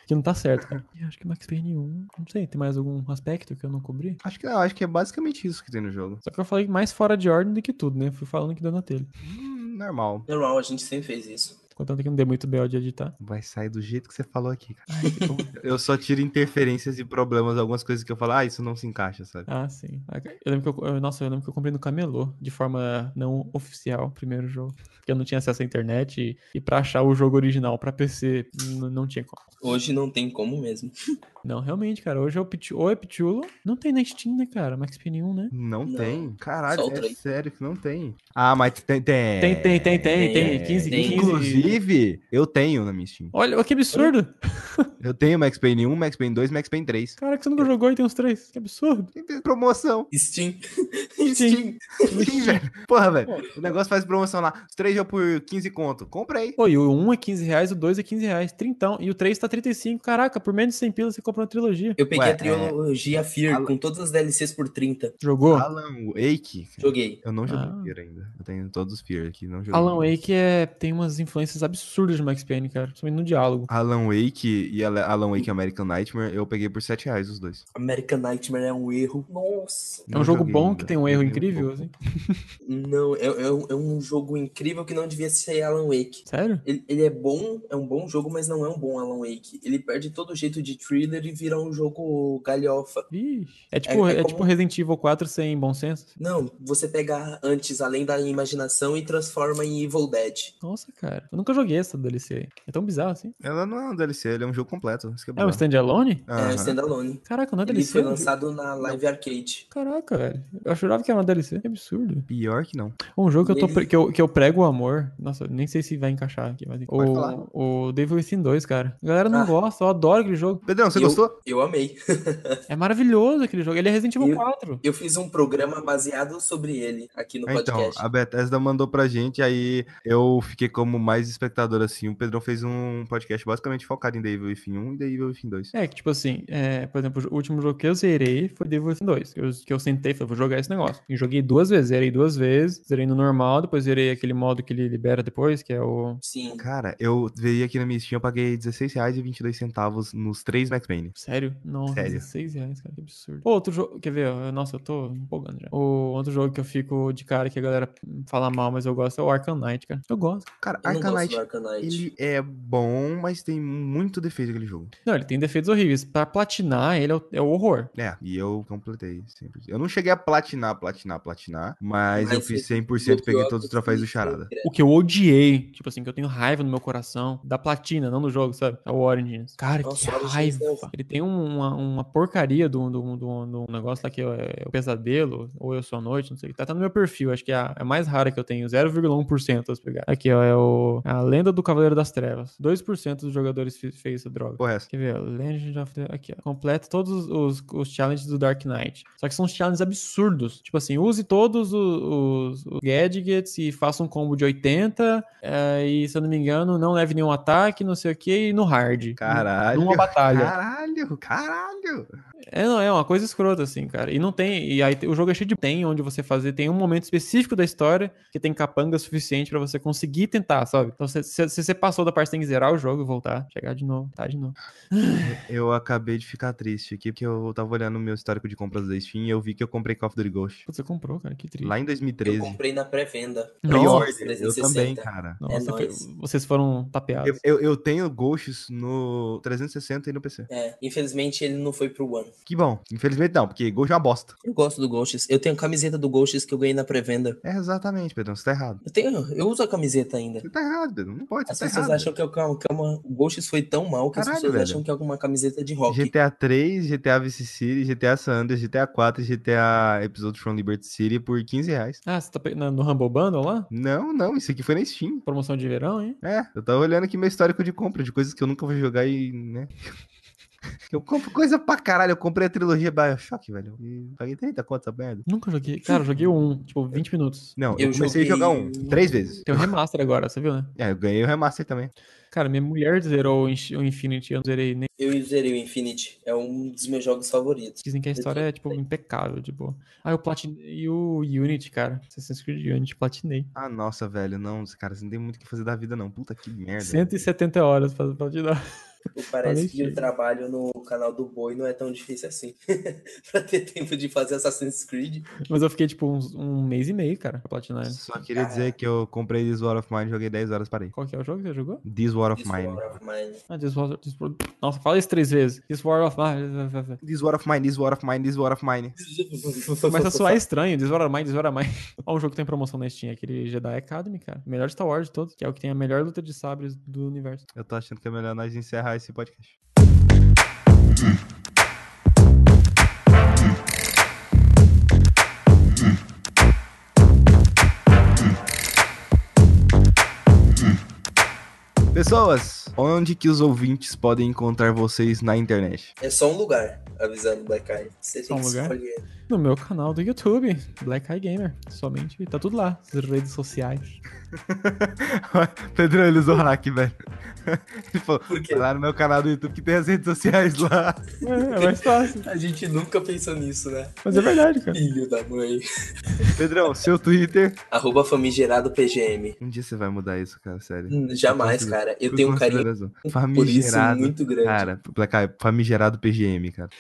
Que não tá certo, cara. E acho que Max Payne 1. Não sei, tem mais algum aspecto que eu não cobri?
Acho que não, acho que é basicamente isso que tem no jogo.
Só que eu falei mais fora de ordem do que tudo, né? Fui falando que deu na telha.
Hum, normal.
Normal, a gente sempre fez isso.
Contanto que não dê muito B.O. de editar.
Vai sair do jeito que você falou aqui, cara. eu só tiro interferências e problemas, algumas coisas que eu falo, ah, isso não se encaixa, sabe?
Ah, sim. Ah, ca- Eu lembro que eu, eu- nossa, eu lembro que eu comprei no Camelô, de forma não oficial, o primeiro jogo. Porque eu não tinha acesso à internet e, e pra achar o jogo original pra PC, n- não tinha como.
Hoje não tem como mesmo.
Não, realmente, cara. Hoje é o Pichu, ou é Pichulo. Não tem na Steam, né, cara? Max Payne 1, né?
Não,
Não.
tem. Caralho,
Só o
é
três.
sério que não tem. Ah, mas tem. Tem,
Tem, tem, tem, tem,
tem,
tem. 15,
É, tem.
15.
Inclusive, eu tenho na minha Steam.
Olha, olha que absurdo.
Eu tenho Max Payne 1, Max Payne 2, Max Payne 3.
Cara, que você nunca jogou e tem uns três. Que absurdo.
Tem- tem promoção.
Steam.
Steam.
Steam.
Sim, velho. Porra, velho. O negócio faz promoção lá. Os três jogos por 15 conto. Comprei.
Pô, e o 1 é 15 reais, o 2 é 15 reais, 30. E o 3 tá 35. Caraca, por menos de 100 pila você compra uma trilogia.
Eu peguei
Ué,
a
é.
trilogia Fear com todas as DLCs por 30.
Jogou?
Alan Wake.
Joguei.
Eu não joguei
Ah.
Fear ainda. Eu tenho todos os Fear aqui. Não joguei.
Alan Wake é, tem umas influências absurdas de Max Payne, cara. Principalmente no diálogo.
Alan Wake e Ale- Alan Wake American Nightmare, eu peguei por 7 reais os dois.
American Nightmare é um erro. Nossa.
É um
Não
jogo
joguei
bom
ainda.
que tem um
né?
erro
Joguei um
incrível,
pouco.
assim.
Não, é, é um- é um jogo incrível que não devia ser Alan Wake.
Sério?
Ele, ele é bom, é um bom jogo, mas não é um bom Alan Wake. Ele perde todo o jeito de thriller e vira um jogo galhofa.
Vixe. É tipo,
É-
é,
é
tipo
como-
Resident Evil 4 sem bom senso. assim.
Não, você pega antes, além da imaginação, e transforma em Evil Dead.
Nossa, cara. Eu nunca joguei essa DLC aí. É tão bizarro assim.
Ela não é um DLC, ele é um jogo completo. Isso que é
É
bom.
um standalone?
É,
Aham.
o standalone.
Caraca, não é
Ele
DLC.
foi
é um jogo-
lançado na Live Arcade.
Caraca, velho. Eu jurava que era uma DLC. Que absurdo.
Pior que não.
Um jogo que eu, tô,
Ele-
pre- que, eu, que eu prego o amor. Nossa, nem sei se vai encaixar aqui, mas.
Pode falar.
O, o Devil Within 2, cara. A galera não
Ah.
gosta, eu adoro aquele jogo.
Pedrão, você
Eu-
gostou?
Eu amei.
É maravilhoso aquele jogo. Ele é Resident Evil
Eu-
4.
Eu fiz um programa baseado sobre ele aqui no
Ah, Então,
podcast.
a Bethesda mandou pra gente, aí eu fiquei como mais espectador, assim. O Pedrão fez um podcast basicamente focado em The Evil Within 1 e The Evil Within 2.
É, que tipo assim, é, por exemplo, o último jogo que eu zerei foi Devil Within 2. Que eu, que eu sentei e falei, vou jogar esse negócio. E joguei duas vezes, zerei duas vezes, zerei no normal, depois zerei aquele modo que ele libera depois, que é o.
Sim.
Cara, eu veio aqui na minha Steam, eu paguei R$16,22 nos três Max Payne.
Sério? Nossa,
Sério.
16 reais, cara, que absurdo. Pô, outro jogo, quer ver? ó, Nossa, eu tô empolgando já. O outro jogo que eu fico de cara que a galera fala mal, mas eu gosto é o Arkham Knight, cara. Eu gosto.
Cara,
Eu não gosto
Arcanite,
do Arcanite.
ele é bom, mas tem muito defeito aquele jogo.
Não, ele tem defeitos horríveis. Pra platinar, ele é o, é o horror.
É, e eu completei sempre. Eu não cheguei a platinar, platinar, platinar, mas, eu
Mas
fiz
você
100%, peguei
bloqueou
todos os
a
troféus do
pessoa
Charada.
inteira.
O que eu odiei, tipo assim, que eu tenho raiva no meu coração, da platina, não do jogo, sabe? É o Origins. Cara,
Nossa, o
que
Origins
raiva.
é horrível.
Ele tem um, uma, uma porcaria de um, de um- de um- de um negócio lá que é o pesadelo, ou eu sou a noite, não sei o que. Tá, tá no meu perfil, acho que é a, é a mais rara que eu tenho, 0,1% das pegadas. Aqui, ó, é o, a lenda do Cavaleiro das Trevas. 2% dos jogadores fe- fez essa droga.
Porra, essa.
Quer ver? ó, Legend of the... Aqui, ó. Completa todos os, os challenges do Dark Knight. Só que são uns challenges absurdos. Tipo assim, use todos os, os, os gadgets e faça um combo de 80. eh, e, se eu não me engano, não leve nenhum ataque, não sei o que, e no hard.
Caralho.
Numa batalha.
Caralho, caralho.
É, não, é uma coisa escrota, assim, cara. E não tem. E aí te- o jogo é cheio de tem onde você fazer. Tem um momento específico da história que tem capanga suficiente pra você conseguir tentar, sabe? Então, se, se, se você passou da parte, você tem que zerar o jogo e voltar. Chegar de novo, tá de novo.
Eu acabei de ficar triste aqui, porque eu tava olhando o meu histórico de compras da Steam e eu vi que eu comprei Call of Duty Ghost.
Putz, você comprou, cara, que triste.
Lá em
Eu
2013.
comprei na pré-venda.
Nossa,
Pre-order,
Eu
360.
também, cara.
É
Nossa, foi-
nóis.
vocês foram
Eu,
tapeados.
eu, eu tenho Ghosts no 360 e no PC.
É, infelizmente ele não foi pro One.
Que bom. Infelizmente não, porque Ghost é uma bosta.
Eu gosto do Ghosts. Eu tenho a camiseta do Ghosts que eu ganhei na pré-venda.
É exatamente, Pedrão. Você tá errado.
Eu tenho, eu uso a camiseta ainda.
Você tá errado, Pedrão. Não pode,
As
você tá
pessoas
errado.
acham que, eu, que é uma. O Ghosts foi tão mal que as
Caralho,
pessoas
velho.
acham que é alguma camiseta de rock.
GTA 3, GTA Vice City, GTA San Andreas, GTA 4 e GTA Episode from Liberty City por 15 reais.
Ah, você tá pe- na- no Humble Bundle lá?
Não, não, isso aqui foi na Steam.
Promoção de verão, hein?
É, eu tava olhando aqui meu histórico de compra, de coisas que eu nunca vou jogar e, né? Eu compro coisa pra caralho, eu comprei a trilogia Bioshock, velho. E paguei 30 conto essa merda.
Nunca joguei. Cara, eu joguei um, tipo, 20 minutos.
Não, eu,
Eu
comecei a jogar um,
joguei-
três vezes.
Tem o remaster agora, você viu, né?
É, eu ganhei o remaster também.
Cara, minha mulher zerou o Inch- o Infinity, eu não zerei nem.
Eu zerei o Infinity. É um dos meus jogos favoritos.
Dizem que a história é, tipo, impecável, tipo. Ah, eu platinei o Unity, cara. Assassin's Creed Unity, platinei.
Ah, nossa, velho, não, esse cara, você não tem muito o que fazer da vida, não. Puta que merda.
170 horas pra platinar.
Parece
Falei
que o
sim.
trabalho no canal do Boi não é tão difícil assim. pra ter tempo de fazer Assassin's Creed.
Mas eu fiquei, tipo, uns- um mês e meio, cara, pra platinar ele.
Só queria dizer que eu comprei This War of Mine, joguei 10 horas, parei.
Qual que é o jogo que você jogou?
This War of
Isso,
Mine.
War of Mine.
Ah, This War, This War... Nossa, fala isso três vezes. This War of... Ah,
This War of Mine, This War of Mine, This War of Mine.
Começa a soar é estranho, desvora mais, desvora mais. Ó, um jogo que tem promoção na Steam, aquele Jedi Academy, cara. Melhor Star Wars de todos, que é o que tem a melhor luta de sabres do universo.
Eu tô achando que é melhor nós encerrar esse podcast. Pessoas, onde que os ouvintes podem encontrar vocês na internet?
É só um lugar, avisando o Black Eye. Você
Só
tem
um
que
lugar?
escolher.
No meu canal do YouTube, Black Eye Gamer. Somente. Tá tudo lá. As redes sociais.
Pedro, ele usou hack, velho. Ele falou,
Por quê?
vai lá no meu canal do YouTube que tem as redes sociais lá.
É, é mais fácil.
A gente nunca pensou nisso, né?
Mas é verdade, cara.
Filho da mãe.
Pedrão, seu Twitter.
Arroba famigerado PGM.
Um dia você vai mudar isso, cara, sério.
Hum, Jamais,
Por
cara. Eu
Por
tenho um carinho
consideração.
por isso
Famigerado.
muito grande.
Cara, Black Eye, famigerado PGM, cara.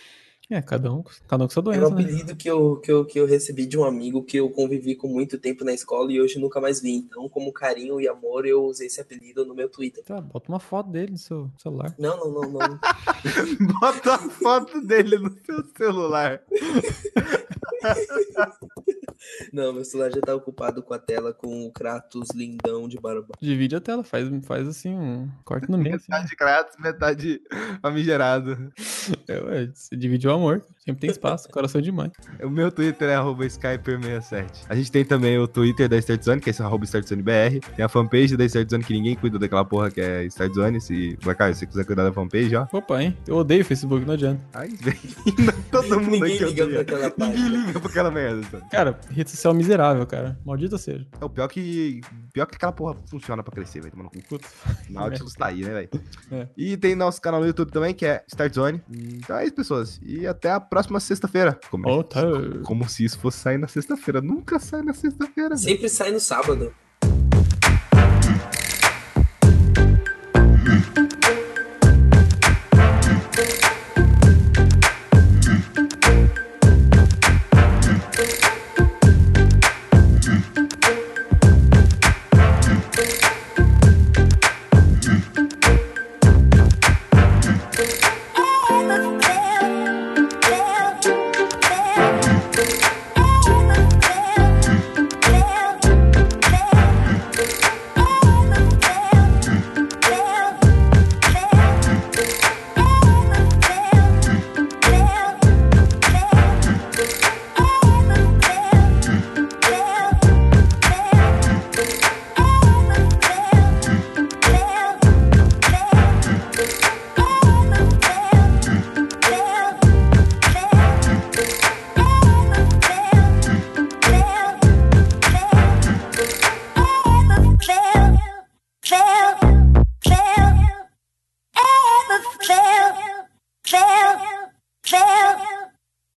É, cada um, cada um com sua
Era um
doença, né?
apelido que eu, que, eu, que eu recebi de um amigo que eu convivi com muito tempo na escola e hoje nunca mais vi. Então, como carinho e amor, eu usei esse apelido no meu Twitter.
Tá, bota uma foto dele no seu celular.
Não, não, não, não.
Bota a foto dele no seu celular.
não, meu celular já tá ocupado com a tela com o Kratos lindão de barba.
Divide a tela, faz, faz assim um corte no meio. Assim.
Metade Kratos, metade famigerado.
É, ué, você divide o amor. Sempre tem espaço, coração de mãe.
O meu Twitter é arroba skyper67. A gente tem também o Twitter da Start Zone, que é esse arroba StartZoneBR. Tem a fanpage da Start Zone, que ninguém cuida daquela porra que é Start Zone. Se, Black Eye, se você quiser cuidar da fanpage, ó.
Opa, hein? Eu odeio o Facebook, não adianta.
Ai, vem. tá Todo mundo
Ninguém
aqui
liga pra
odeia.
aquela
Ninguém
página.
liga pra aquela merda, sabe?
Cara, rede social miserável, cara. Maldita seja.
É o pior que. Pior que aquela porra funciona pra crescer, velho. Mano,
Puta.
Nautilus tá aí, né, velho?
É.
E tem nosso canal no YouTube também, que é Start Zone. Então é isso, pessoas. E até a próxima sexta-feira. Como,
Oh, tá.
como se isso fosse sair na sexta-feira. Nunca sai na sexta-feira, velho.
Sempre sai no sábado.